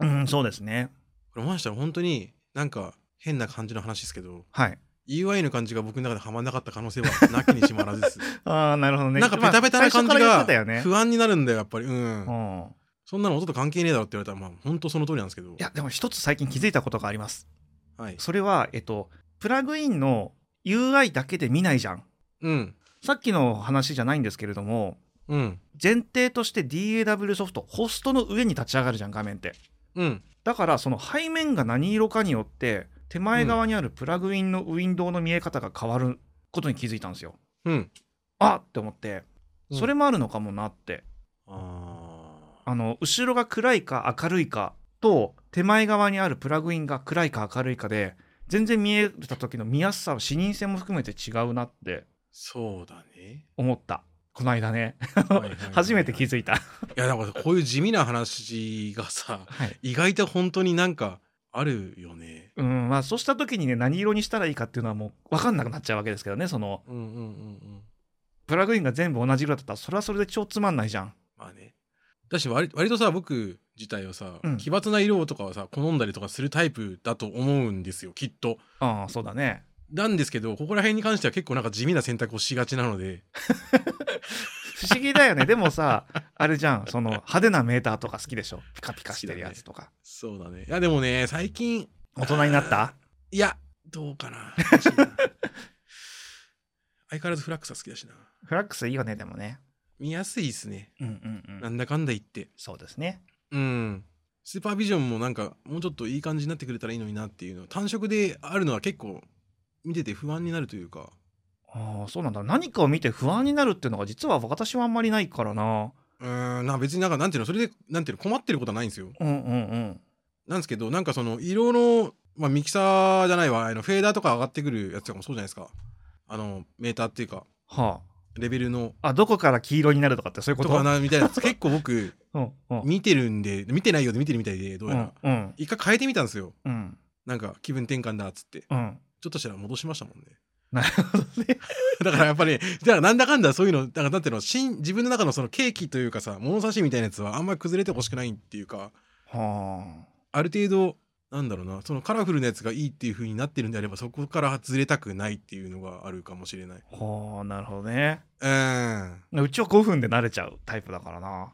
S1: うんそうですね
S2: これもしかしたら本当になんか変な感じの話ですけど
S1: はい
S2: UI の感じが僕の中ではまんなかった可能性はなきにしもあらずです、
S1: ああなるほど <laughs> ね
S2: なんかペタペタな感じ
S1: まあ最初から
S2: が
S1: 言ってたよね
S2: 不安になるんだよやっぱりうん、
S1: うん
S2: そんなの音と関係ねえだろって言われたらまあ本当その通りなんですけど
S1: いやでも一つ最近気づいたことがあります
S2: はい
S1: それはえっとプラグインの UI だけで見ないじゃん
S2: うん
S1: さっきの話じゃないんですけれども
S2: うん
S1: 前提として DAW ソフトホストの上に立ち上がるじゃん画面って
S2: うん
S1: だからその背面が何色かによって手前側にあるプラグインのウィンドウの見え方が変わることに気づいたんですよ。
S2: うん
S1: あっって思って
S2: うん
S1: それもあるのかもなって、
S2: あ
S1: あの後ろが暗いか明るいかと手前側にあるプラグインが暗いか明るいかで全然見えた時の見やすさ視認性も含めて違うなって
S2: そうだね
S1: 思ったこの間ね
S2: はいはいはいはい
S1: <laughs> 初めて気づいた。
S2: いやなんかこういう地味な話がさ
S1: はい
S2: 意外と本当になんかあるよね。
S1: うんまあ、そうした時にね何色にしたらいいかっていうのはもう分かんなくなっちゃうわけですけどねその
S2: うんうんうんうん。
S1: プラグインが全部同じ色だったらそれはそれで超つまんないじゃん。
S2: まあね。だし割割とさ僕自体はさ、
S1: うん
S2: 奇抜な色とかはさ好んだりとかするタイプだと思うんですよきっと。
S1: ああそうだね
S2: なんですけどここら辺に関しては結構なんか地味な選択をしがちなので
S1: 不思議だよねでもさあれじゃんその派手なメーターとか好きでしょピカピカしてるやつとか、
S2: そうだねいやでもね最近
S1: 大人になった
S2: いやどうかな欲しい <laughs> な相変わらずフラックスは好きだしな
S1: <laughs> フラックスいいよねでもね
S2: 見やすいっすね
S1: うんうんう
S2: なんんだかんだ言って
S1: そうですね
S2: うん。スーパービジョンもなんかもうちょっといい感じになってくれたらいいのになっていうの単色であるのは結構見てて不安になるというか
S1: ああそうなんだ何かを見て不安になるっていうのが実は私はあんまりないからな
S2: うーんなんか別になんかなんていうのそれでなんていうの困ってることはないんですよ
S1: うんうんうん
S2: なんですけどなんかその色の、まあ、ミキサーじゃないわあのフェーダーとか上がってくるやつとかもそうじゃないですかあのメーターっていうか
S1: は
S2: レベルの
S1: ああどこから黄色になるとかってそういうことと
S2: かなみたいなやつ結構僕
S1: うんうん
S2: 見てるんで見てないようで見てるみたいでどう
S1: う
S2: やら、
S1: んうん
S2: 一回変えてみたんですよ
S1: うん
S2: なんか気分転換だっつって
S1: うん
S2: ちょっとしたら戻しましたもんね
S1: なるほどね
S2: <laughs> だからやっぱり、だからなんだかんだそういうの、だからなんていうの、新自分の中のそのケーキというかさ、物差しみたいなやつはあんまり崩れてほしくないっていうか、
S1: は
S2: ある程度、なんだろうな、そのカラフルなやつがいいっていう風になってるんであれば、そこからずれたくないっていうのがあるかもしれない。う
S1: あはあなるほどね
S2: ー
S1: うちは5分で慣れちゃうタイプだからな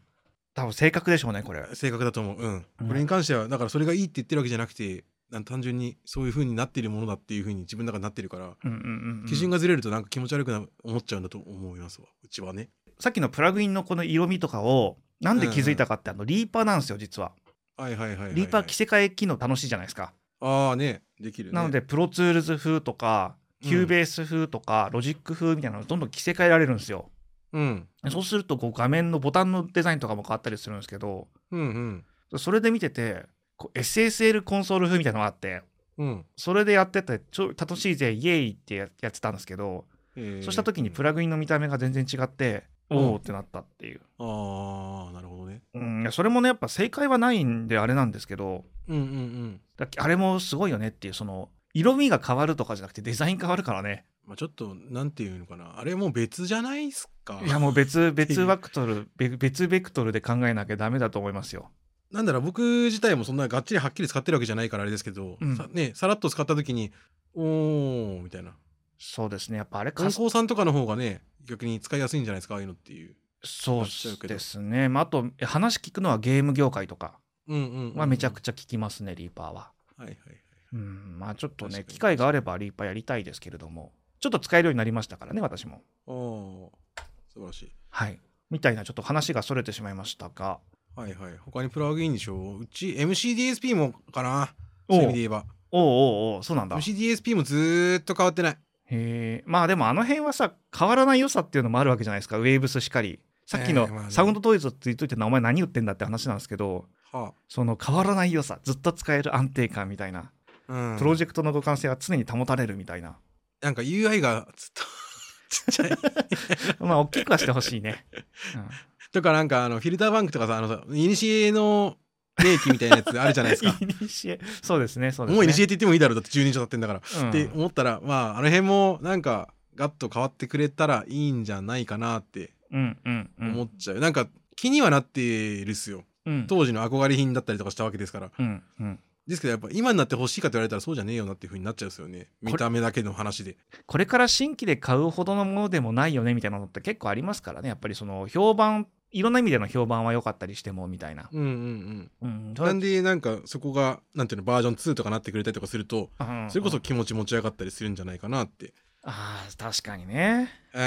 S1: 多分性格でしょうねこれ
S2: ん、正確だと思う。うん。
S1: うん
S2: これに関しては、だからそれがいいって言ってるわけじゃなくて、なん単純にそういう風になってるものだっていう風に自分の中になってるから、
S1: うんうんうんうん
S2: 基準がずれるとなんか気持ち悪くな思っちゃうんだと思いますわ、うちはね。
S1: さっきのプラグインのこの色味とかをなんで気づいたかって、あのリーパーなんですよ実は
S2: はいはいはいはい、はい。
S1: リーパー着せ替え機能楽しいじゃないですか、
S2: ああね、できるね。
S1: なのでプロツールズ風とか
S2: うん
S1: キューベース風とか、ロジック風みたいなのどんどん着せ替えられるんですよ
S2: うん。
S1: そうするとこう画面のボタンのデザインとかも変わったりするんですけど
S2: うんうん。
S1: それで見ててこう SSL コンソール風みたいなのがあって
S2: うん。
S1: それでやっててちょ楽しいぜイエーイってややってたんですけど、そうした時にプ
S2: ラ
S1: ラグインの見た目が全然違って、
S2: うん
S1: おおってなったっていう、
S2: ああなるほどね
S1: うん、いやそれもねやっぱ正解はないんであれなんですけど
S2: うんうんうん
S1: だあれもすごいよねっていうその色味が変わるとかじゃなくてデザイン変わるからね
S2: まあちょっとなんていうのかなあれもう別じゃないっすか
S1: いやもう
S2: <laughs>
S1: 別別ベクトルべ別ベクトルで考えなきゃダメだと思いますよ
S2: なんだろう僕自体もそんながっちりはっきり使ってるわけじゃないからあれですけど、
S1: うん
S2: さねさらっと使った時におーみたいな
S1: そうですねやっぱあれ
S2: 観
S1: か
S2: 光さんとかの方がね逆に使いやすいんじゃないですかああいうのっていう
S1: そう
S2: なっちゃうけど
S1: ですね、まあ、あと話聞くのはゲーム業界とか
S2: うんうんうん、
S1: はめちゃくちゃ聞きますね、リーパーは
S2: はいはいはい
S1: うんまあちょっと
S2: 確
S1: ね
S2: かに
S1: 機会があればリーパーやりたいですけれどもちょっと使えるようになりましたからね私も
S2: あー素晴らしい
S1: はいみたいなちょっと話がそれてしまいましたが
S2: はいはい他にプラグインでしょううち MCDSP もかなそういう意味で言えば
S1: おうおうおうそうなんだ
S2: MCDSP もずーっと変わってない
S1: へえまあでもあの辺はさ変わらない良さっていうのもあるわけじゃないですかウェーブスしかりさっき
S2: ええまあ
S1: の
S2: ね
S1: サウンドトイズって言っといてお前何言ってんだって話なんですけど
S2: は
S1: その変わらない良さずっと使える安定感みたいな
S2: あ、うん、
S1: プロジェクトの互換性は常に保たれるみたいな
S2: なんか UI がずっとちっちゃい。
S1: まあ、大きくはしてほしいね。うん
S2: とかなんかあのフィルターバンクとかさあのさイニシエの冷気みたいなやつあるじゃ <laughs> ないですか
S1: <laughs> いにしえそうですね、そうですね。
S2: もうイニシエって言ってもいいだろうだって10年以上経ってんだから、
S1: うん
S2: って思ったらまああの辺もなんかガッと変わってくれたらいいんじゃないかなって
S1: うんうんうん。
S2: 思っちゃう、なんか気にはなってるっすよ
S1: うん
S2: 当時の憧れ品だったりとかしたわけですから
S1: うんうん、
S2: ですけどやっぱ今になって欲しいかと言われたらそうじゃねえよなっていう風になっちゃうんですよね見た目だけの話で
S1: これから新規で買うほどのものでもないよねみたいなのって結構ありますからねやっぱりその評判いろんな意味での評判は良かったりしてもみたいな。
S2: うんうんうん
S1: うん、それ
S2: なんでなんかそこがなんていうのバージョン2とかなってくれたりとかすると
S1: うん
S2: それこそ気持ち持ち上がったりするんじゃないかなって
S1: あー確かにね。
S2: う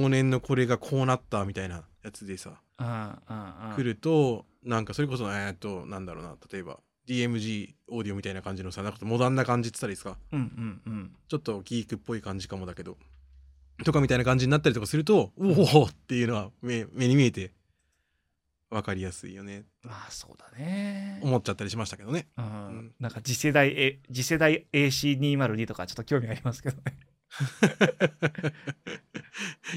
S2: ん往年のこれがこうなったみたいなやつでさ
S1: うんうんうん
S2: 来るとなんかそれこそえーっとなんだろうな例えば DMG オーディオみたいな感じのさなんかモダンな感じって言ったらいいですか
S1: うんうんうん
S2: ちょっとギークっぽい感じかもだけどとかみたいな感じになったりとかするとおおっていうのは目目に見えて分かりやすいよね
S1: まあそうだね。
S2: 思っちゃったりしましたけどね
S1: う
S2: うん
S1: ん、なんか次世代、A、次世代 AC202 とかちょっと興味ありますけどね。 <laughs>
S2: <laughs>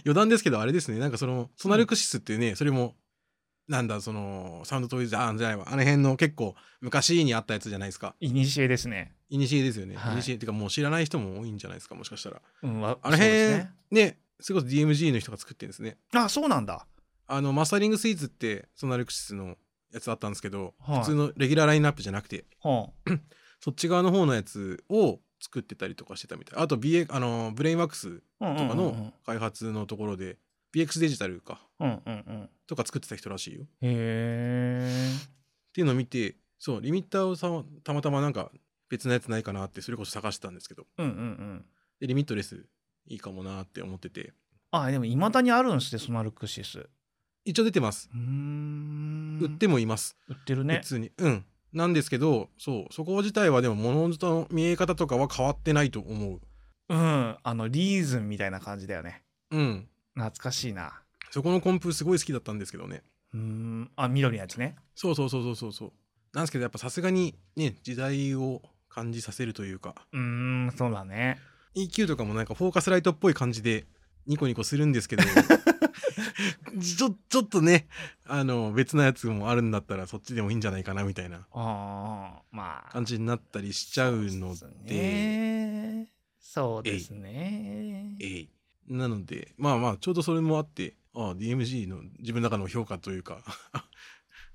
S2: 余談ですけどあれですねなんかそのソナルクシスっていうね、それもなんだそのサウンドトイズあじゃないわあの辺の結構昔にあったやつじゃないですか
S1: いにしえですね。
S2: いにしえですよね。
S1: はい
S2: いにしえっていうかもう知らない人も多いんじゃないですかもしかしたら。
S1: うん、わ
S2: あの
S1: そう
S2: 辺
S1: です
S2: ね
S1: ね。
S2: それこそ DMG の人が作ってるんですね。
S1: あそうなんだ。
S2: あのマスタリングスイーツってソナルクシスのやつあったんですけど、
S1: はい
S2: 普通のレギュラーラインナップじゃなくて
S1: は
S2: そっち側の方のやつを作ってたりとかしてたみたい。あと BA あのブレインワックス
S1: あ、
S2: と
S1: と
S2: かの開発のところで、BX デジタルか
S1: うんうんうん。
S2: とか作ってた人らしいよ。っ
S1: へえ。
S2: ていうのを見てそうリミッターをさたまたまなんか別のやつないかなってそれこそ探してたんですけど
S1: うんうんうん。
S2: でリミットレスいいかもなって思ってて
S1: あ、でも、いまだにあるんですね、ソナルクシス。う
S2: 一応出てます。
S1: ーん。
S2: 売ってもいます、
S1: 売ってるね
S2: 普。通にうんなんですけどそうそこ自体はでも物の見え方とかは変わってないと思う
S1: うん。あの、リーズンみたいな感じだよね。
S2: うん
S1: 懐かしいな。
S2: そこのコンプすごい好きだったんですけどね
S1: うーん。あ、緑のやつね。
S2: そうそうそうそうそうそうなんですけどやっぱさすがにね時代を感じさせるというか
S1: うーん、そうだね。
S2: EQ とかもなんかフォーカスライトっぽい感じでニコニコするんですけ <laughs> どちょちょっとねあの別のやつもあるんだったらそっちでもいいんじゃないかなみたいな
S1: ああ、まあ。
S2: 感じになったりしちゃうの
S1: そうです
S2: で
S1: ね。そうですね。
S2: えいなのでまあまあちょうどそれもあってああ DMG の自分の中の評価とい
S1: <laughs>
S2: うか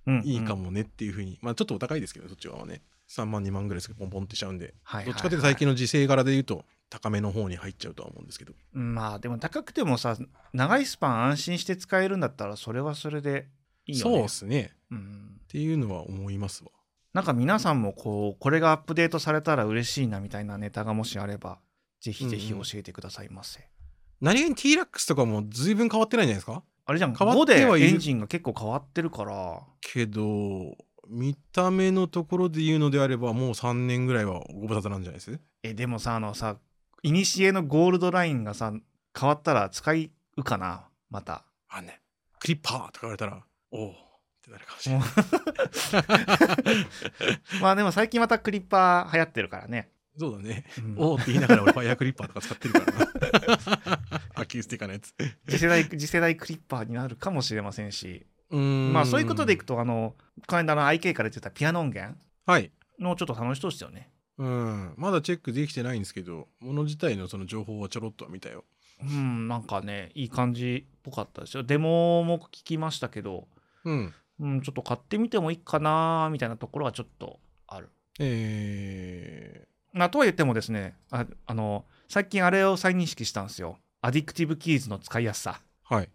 S1: うんうん
S2: いいか。もねっていうふうに、まあちょっとお高いですけどそっち側はね3万2万ぐらいですけどポンポンってしちゃうんで、
S1: はいはいはい
S2: どっちかというと最近の時勢柄で言うと高めの方に入っちゃうとは思うんですけど
S1: まあ、でも高くてもさ、長いスパン安心して使えるんだったら、それはそれでいいよ
S2: そう
S1: ね。
S2: で。すね
S1: うん。
S2: っていうのは思いますわ
S1: なんか皆さんもこうこれがアップデートされたら嬉しいなみたいなネタがもしあればぜひぜひ
S2: うん
S1: 教
S2: うん
S1: えてくださいませ、
S2: 何気に T ラックスとかも随分変わってないんじゃないですか
S1: あれじゃん
S2: 変わって
S1: 5
S2: はいる
S1: でエンジンが結構変わってるから
S2: けど見た目のところで言うのであればもう3年ぐらいはご無沙汰なんじゃないです
S1: えでもさあのさいにしえのゴールドラインがさ変わったら使いうかなまた
S2: あねクリッパーとか言われたらおおってなるかもしれない
S1: まあでも最近またクリッパー流行ってるからね、
S2: そうだね。
S1: うん
S2: おーって言いながら俺ファイアクリッパーとか使って
S1: <laughs>
S2: るからな。アキュースティカのやつ。
S1: 次世代次世代クリッパーになるかもしれませんし
S2: ま
S1: まあそういうことでいく。とあのこの間の IK から言ってたピアノ音源
S2: はい。
S1: のちょっと楽しそうですよね
S2: うん。まだチェックできてないんですけど、もの自体のその情報はちょろっとは見たよ。
S1: うん、なんかね、いい感じっぽかったですよ。デモも聞きましたけど、
S2: うん。
S1: うん、ちょっと買ってみてもいいかなーみたいなところはちょっとある。
S2: え
S1: まあ、とは言ってもですね、ああの、最近あれを再認識したんですよ。アディクティブキーズの使いやすさ。 <laughs>
S2: ー、はい。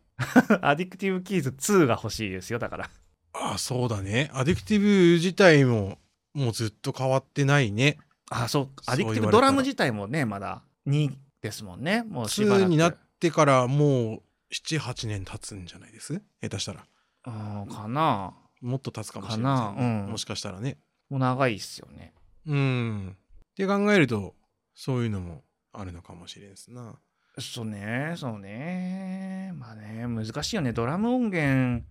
S1: アディクティブキーズ2が欲しいですよ、だから。
S2: ああ、そうだね。アディクティブ自体も、もうずっと変わってないね。
S1: あ、そう、
S2: そう
S1: アディクティ
S2: 言われた
S1: ブ
S2: ら
S1: ドラム自体もね、まだ2ですもんね。もうしばら
S2: 2
S1: く。
S2: になってからもう7、8年経つんじゃないです下手したら。
S1: うん、かな
S2: もっと経つかもしれませんね、
S1: かなうん
S2: もしかしたらね。
S1: もう長いっすよね。
S2: うん。って考えると、そういうのもあるのかもしれんすな。
S1: そうね、そうね。まあね、難しいよね。ドラム音源、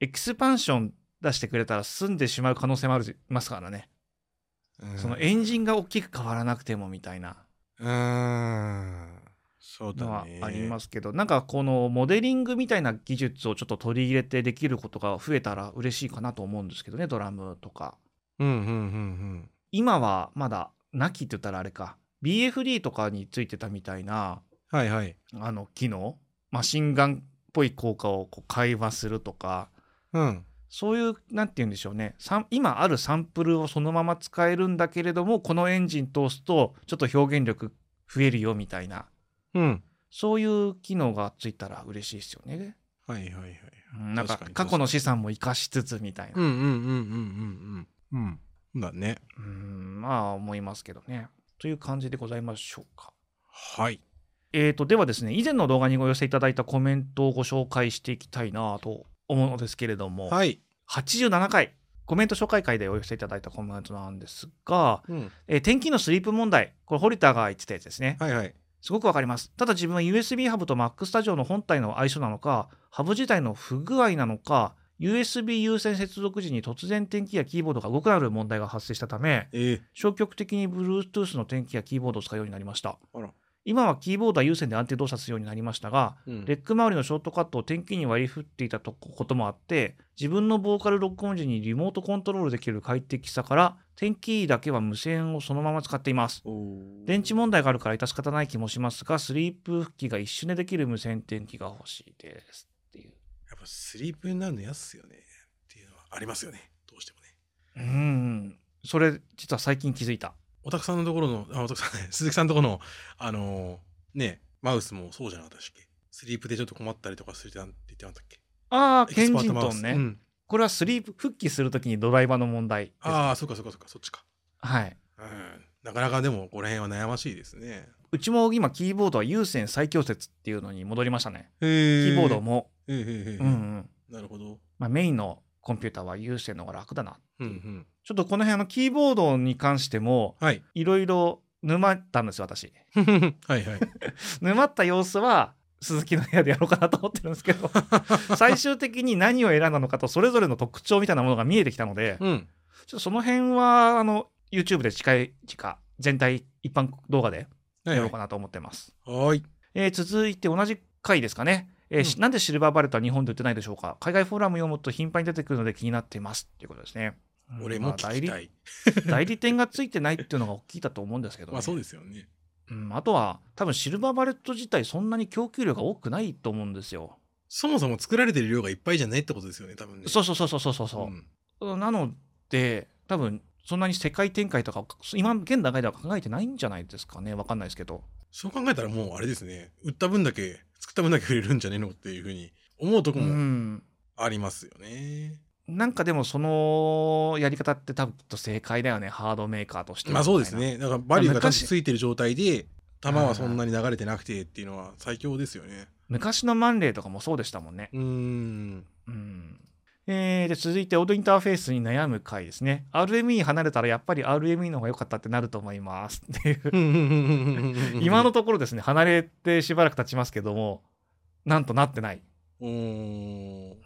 S1: エキスパンション出してくれたら済んでしまう可能性もありますからね。
S2: うん
S1: そのエンジンが大きく変わらなくてもみたいな。
S2: うーん。そ
S1: の
S2: うだ
S1: は
S2: ね。
S1: ありますけど、なんかこのモデリングみたいな技術をちょっと取り入れてできることが増えたら嬉しいかなと思うんですけどねドラムとか
S2: うんうんうん
S1: 今はまだなきって言ったらあれか BFD とかについてたみたいな
S2: うん。はいはい。
S1: あの機能マシンガンっぽい効果をこう会話するとか
S2: うん。
S1: そういうなんて言うんでしょうねサン今あるサンプルをそのまま使えるんだけれどもこのエンジン通すとちょっと表現力増えるよみたいな
S2: うん。
S1: そういう機能がついたら嬉しいですよね。
S2: はいはいはい。
S1: うんなんか
S2: 確かに
S1: 過去の資産も生かしつつみたいな、
S2: うんうんうんうんうんうん。うん。そうだね。
S1: うんまあ思いますけどね。という感じでございましょうか。
S2: はい。
S1: えー、とではですね以前の動画にご寄せいただいたコメントをご紹介していきたいなと思うのですけれども、
S2: はい。
S1: 87回コメント紹介会でお寄せいただいたコメントなんですが、
S2: うん。
S1: えー天気のスリープ問題これ堀田が言ってたやつですね。
S2: はいはい。
S1: すごくわかります。ただ自分は USB ハブと Mac スタジオの本体の相性なのか、ハブ自体の不具合なのか、USB 優先接続時に突然点キーやキーボードが動くなる問題が発生したため、
S2: ええ
S1: 消極的に Bluetooth の点キーやキーボードを使うようになりました。
S2: あら。
S1: 今はキーボードは優先で安定動作するようになりましたが、
S2: うん
S1: レック周りのショートカットを点キーに割り振っていたとここともあって、自分のボーカル録音時にリモートコントロールできる快適さから、点キーだけは無線をそのまま使っています。
S2: お
S1: 電池問題があるから致し方ない気もしますが、スリープ機が一瞬でできる無線電気が欲しいですっていう。
S2: やっぱスリープになるの安っすよね。っていうのはありますよね。どうしてもね。
S1: うん、それ実は最近気づいた。
S2: おたくさんのところの、あ、おたくさんね、 <laughs> 鈴木さんのところの、あのーね、マウスもそうじゃなかったっけスリープでちょっと困ったりとかするってなんて言ってなかったっけ
S1: ああ、ケ
S2: エキス
S1: ン
S2: パー
S1: ジン
S2: マ
S1: ト
S2: ウス
S1: ンね。
S2: うん
S1: これはスリープ復帰するときにドライバーの問題です。
S2: ああ、そっかそっかそっか、そっちか。
S1: はい。
S2: うん。なかなかでも、この辺は悩ましいですね。
S1: うちも今キーボードは有線再強説っていうのに戻りましたね。
S2: キ
S1: キ
S2: ー
S1: ーボード。も。
S2: へーへーへー
S1: うんうん。
S2: なるほど。
S1: まあメインのコンピューターは有線の方が楽だな。
S2: うんうん。
S1: ちょっとこの辺あのキーボードに関しても
S2: はい。
S1: いろいろ沼ったんですよ私。
S2: <laughs> はいはい。
S1: 沼った様子は鈴木の部屋でやろうかなと思ってるんですけど最終的に何を選んだのかとそれぞれの特徴みたいなものが見えてきたので、ちょっ
S2: うん。
S1: とその辺はあの YouTube で近い近全体一般動画でや
S2: はい
S1: ろ
S2: は
S1: う
S2: い
S1: か。なと思ってます、
S2: はーい。
S1: えー続いて同じ回ですかね、えーし
S2: う
S1: なんでシルバーバレットは日本で売ってないでしょうか海外フォーラム読むと頻繁に出てくるので気になっていますということですね
S2: 俺
S1: ま
S2: も
S1: あ
S2: 聞きたい。
S1: 代
S2: <laughs>
S1: 理代理店がついてないっていうのが大きいだと思うんですけど、ね
S2: まあそうですよね。
S1: うん、あとは多分シルバーバレット自体そんなに供給量が多くないと思うんですよ。
S2: そもそも作られてる量がいっぱいじゃないってことですよね、多分ね。
S1: そうそうそうそうそうそう
S2: うん。
S1: うなので多分そんなに世界展開とかを今現段階では考えてないんじゃないですかねわかんないですけど
S2: そう考えたらもうあれですね、売った分だけ、作った分だけ売れるんじゃねえのっていうふうに思うとこ
S1: う
S2: も
S1: ん
S2: ありますよね。
S1: なんかでもそのやり方って多分きっと正解だよねハードメーカーとしては
S2: まあそうです
S1: み
S2: ね。だからバリューがちゃんと
S1: 昔
S2: ついてる状態で、弾はそんなに流れてなくてっていうのは最強ですよね。
S1: たいな昔のマンレーとかもそうでしたもんね
S2: うー <laughs> ん。
S1: うんえーで続いてオードインターフェースに悩む回ですね RME 離れたらやっぱり RME の方が良かったってなると思いますっていう今
S2: 今
S1: のところですね離れてしばらく経ちますけどもなんとなってない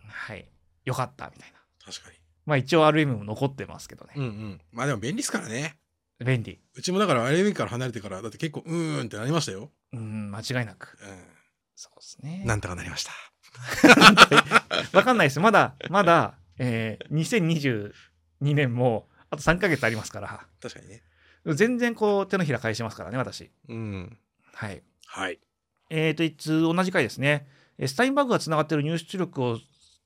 S1: はいよかったみたいな
S2: 確か
S1: まあ一応 RM も残ってますけどね、
S2: に。うんうん。まあでも便利ですからね。
S1: 便利
S2: うちもだから RME から離れてから、だって結構うーんってなりましたよ。
S1: うん間違いなく
S2: う
S1: そうですね
S2: ん。なんとかなりました。
S1: <laughs> わかんないですまだまだ、えー2022年もあと3ヶ月ありますから
S2: 確かにね。
S1: 全然こう手のひら返しますからね私
S2: うん。
S1: はい
S2: はい。
S1: えー、と、一通同じ回ですね。えースタインバーグがつながっている入出力を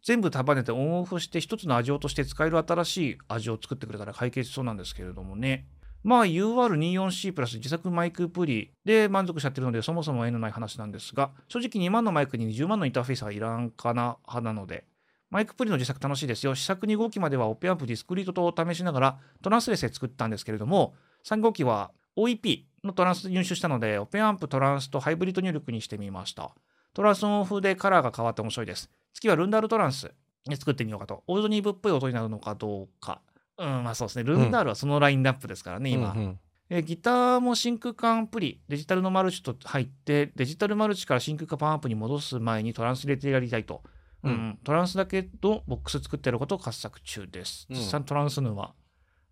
S1: 全部束ねてオンオフして一つの味をとして使える新しい味を作ってくれたら解決しそうなんですけれどもね。まあ UR24C プラス自作マイクプリで満足しちゃってるのでそもそも縁のない話なんですが正直2万のマイクに20万のインターフェースはいらんかな派なのでマイクプリの自作楽しいですよ試作2号機まではオペアンプディスクリートとを試しながらトランスレスで作ったんですけれども3号機は OEP のトランス入手したので、オペアンプトランスとハイブリッド入力にしてみました。トランスオン風でカラーが変わって面白いです。次はルンダールトランスで作ってみようかと。オールドニーブっぽい音になるのかどうか。うん、まあそうですね。ルンダールはそのラインナップですからね、今。
S2: うんうん
S1: えーギターも真空管プリ、デジタルのマルチと入って、デジタルマルチから真空管パンアップに戻す前にトランス入れてやりたいと。うん
S2: うん
S1: トランスだけのボックス作ってやることを画策中です。
S2: うん
S1: 実際のトランス沼。ま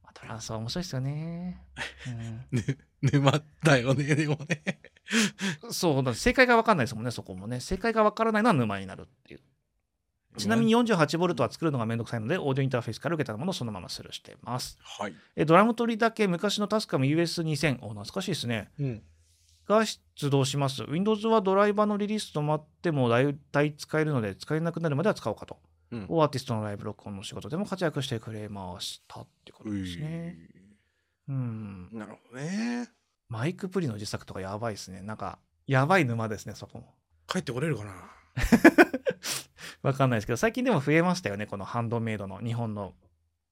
S1: あトランスは面白いですよ
S2: <laughs>
S1: ね。
S2: ね、沼ったよね、でもね。
S1: うん、そうだ正解が分かんないですもんねそこもね正解が分からないのは沼になるっていうちなみに 48V は作るのがめんどくさいのでオーディオインターフェースから受けたものをそのままスルーしてます
S2: はい。
S1: えドラム取りだけ昔のタスカム US2000 お懐かしいですね
S2: うん。
S1: が出動します Windows はドライバーのリリース止まっても大体使えるので使えなくなるまでは使おうかと
S2: うん。
S1: をアーティストのライブ録音の仕事でも活躍してくれましたってことですね。うん。
S2: なるほどね。
S1: マイクプリの自作とかやばいですね。なんか、やばい沼ですね、そこも。
S2: 帰ってこれるかな
S1: わかんないですけど、最近でも増えましたよね、このハンドメイドの日本の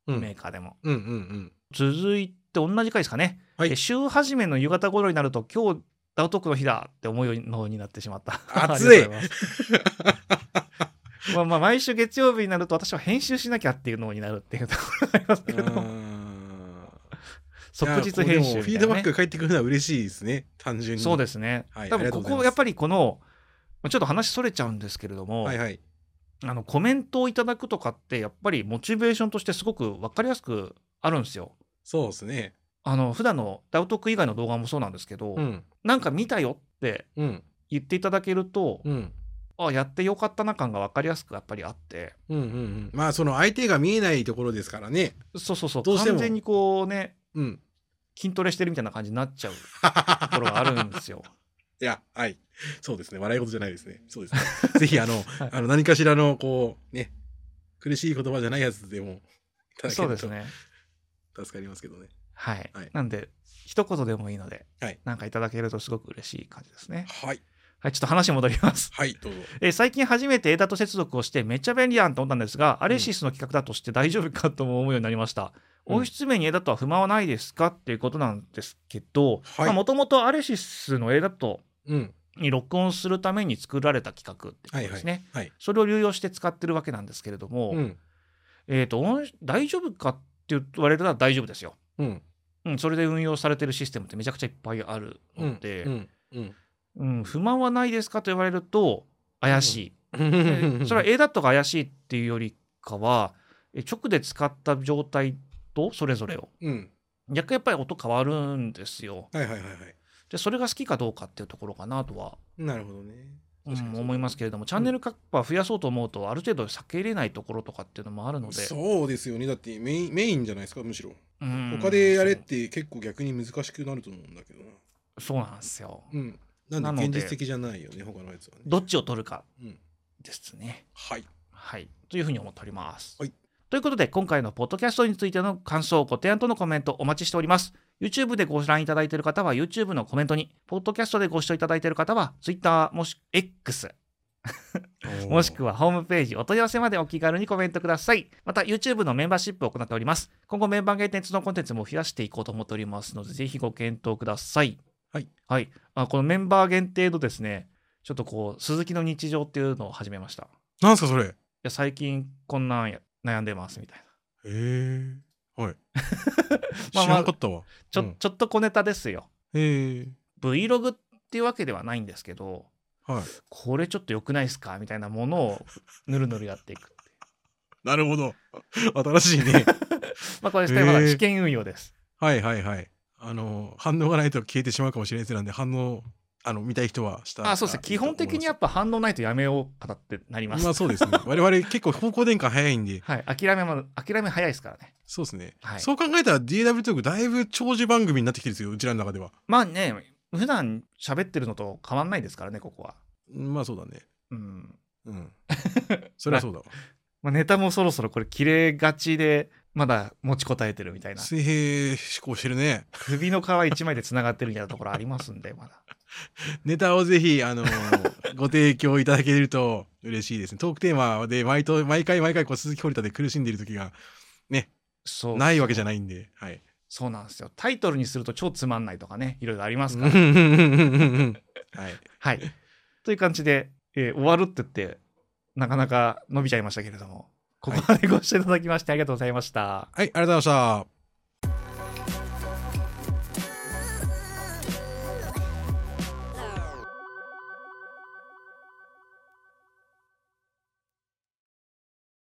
S2: うん。
S1: メーカーでも。
S2: うんうんうん。
S1: 続いて、同じ回ですかね。
S2: はい
S1: え週初めの夕方頃になると、今日、ダウトクの日だって思うようになってしまった。
S2: 熱
S1: <laughs>
S2: い
S1: ありがとうござますまあまあ、毎週月曜日になると、私は編集しなきゃっていうのになるっていうところがありますけども、 <laughs> 即日
S2: いや
S1: 編
S2: こ
S1: 集みたいなね、
S2: うでもフィードバックが返ってくるのは嬉しいですね。単純に。
S1: そうですね、
S2: はい
S1: 多
S2: あ
S1: 分
S2: りがと
S1: こ
S2: うございま
S1: こ
S2: す
S1: やっぱりこのちょっと話それちゃうんですけれども、
S2: はいはい。
S1: あのコメントをいただくとかってやっぱりモチベーションとしてすごく分かりやすくあるんですよ。
S2: そうですね。
S1: あの普段のダウトーク以外の動画もそうなんですけど、
S2: うん。
S1: なんか見たよって
S2: うん。
S1: 言っていただけると、
S2: うん。
S1: あやってよかったな感が分かりやすくやっぱりあって
S2: うんうんうん。まあ、その相手が見えないところですからね。
S1: そうそうそう
S2: どうしても
S1: 完全にこうね
S2: うん。
S1: 筋トレしてるみたいな感じになっちゃうところがあ
S2: い
S1: るんです
S2: <laughs>
S1: よ。
S2: や、はい。そうですね。笑い事じゃないですね。そうです
S1: <laughs>
S2: ね。ぜひ、あの、
S1: い
S2: あの何かしらの、こう、ね、苦しい言葉じゃないやつでも、いただけ
S1: そう
S2: る
S1: です
S2: と
S1: ね
S2: 助かりますけどね。
S1: はい、
S2: はい
S1: なんで一言でもいいので、
S2: はい
S1: なんかいただけるとすごく嬉しい感じですね。
S2: はい。
S1: はい、ちょっと話戻ります。 <laughs>
S2: はい、どうぞ。
S1: えー最近初めてエダと接続をしてめっちゃ便利やんと思ったんですが、アレシスの企画だとして大丈夫かとも思うようになりました。
S2: うん
S1: 音質面にエダとは不満はないですかっていうことなんですけど
S2: はい
S1: もともとアレシスのエダと
S2: うん。
S1: に録音するために作られた企画ってことですね、
S2: はい。
S1: それを流用して使ってるわけなんですけれども、
S2: うん。
S1: えー、と音大丈夫かって言われたら大丈夫ですよ、
S2: うん。
S1: うん、それで運用されてるシステムってめちゃくちゃいっぱいあるので、
S2: う
S1: うん
S2: ん。うん。
S1: 不満はないですかと言われると怪しい、
S2: う
S1: で
S2: ん
S1: それは A ダットが怪しいっていうよりかはえ直で使った状態とそれぞれを
S2: うん。
S1: 若干やっぱり音変わるんですよ
S2: はいはいはいはい。
S1: でそれが好きかどうかっていうところかなとは、
S2: なるほどね。
S1: うん
S2: 確かにそう
S1: 思いますけれどもチャンネルカッパー増やそうと思うとある程度避けれないところとかっていうのもあるので
S2: そうですよね。だってメインメインじゃないですか、むしろ。
S1: うん
S2: 他でやれって結構逆に難しくなると思うんだけどな。
S1: そうなんですよ
S2: うん。な
S1: なんの
S2: で
S1: で
S2: 現実的じゃないよね、他のやつはね。
S1: どっちを取るか
S2: うん。
S1: ですね
S2: はい。
S1: はい。というふうに思っております。
S2: はい
S1: ということで、今回のポッドキャストについての感想、ご提案とのコメントお待ちしております。YouTube でご覧いただいている方は YouTube のコメントに、ポッドキャストでご視聴いただいている方は Twitter もし X もしく
S2: は。
S1: はホームページお問い合わせまでお気軽にコメントください。また YouTube のメンバーシップを行っております。今後メンバー限定のコンテンツも増やしていこうと思っておりますので、ぜひご検討ください。
S2: はい。
S1: はい。あこのメンバー限定のですね、ちょっとこう、鈴木の日常っていうのを始めました。
S2: なんすか、それ。へ
S1: いや最近こんなんや悩んでますみたいな
S2: え。はい。
S1: まあ
S2: 知らなかったわ。
S1: ちょ,、
S2: うん
S1: ちょっと小ネタですよ
S2: へえ。
S1: Vlog っていうわけではないんですけど
S2: はい。
S1: これちょっと良くないですかみたいなものをぬるぬるやっていく
S2: なるほど。 <laughs> 新しいね。
S1: まあこれですねまだ
S2: へー
S1: 試験運用です、
S2: <laughs> はいはいはい。あの、反応がないと消えてしまうかもしれないやつなんで、反応、あの、見たい人はしたらいい
S1: あそうですね基本的にやっぱ反応ないとやめようかなってなり
S2: ま
S1: ま
S2: あ
S1: す、
S2: そうですね。我々結構方向転換早いんで、
S1: はい諦めも諦め早いですからね
S2: そうですね。
S1: はい
S2: そう考えたら DW トークだいぶ長寿番組になってきてるんですよ、うちらの中では。
S1: まあね普段喋ってるのと変わんないですからねここは
S2: まあそうだね。
S1: うん <laughs>
S2: うん。それはそうだわ。
S1: まあ、ネタもそろそろこれ切れがちでまだ持ちこたえてるみたいな
S2: 水平思考してるね。
S1: 首の皮一枚でつながってるみたいなところありますんでまだ
S2: ネタをぜひ、あのー <laughs> ご提供いただけると嬉しいですね。トークテーマで毎と毎回毎回こう鈴木堀田で苦しんでいる時が
S1: そう
S2: ないわけじゃないんで。はい。
S1: そうなんですよタイトルにすると超つまんないとかねいろいろあります
S2: う
S1: <laughs>
S2: ん
S1: から、
S2: うんはい。
S1: はいという感じで、えー終わるって言ってなかなか伸びちゃいましたけれどもここまでご視聴いただきましてありがとうございました、
S2: はい、ありがとうございました。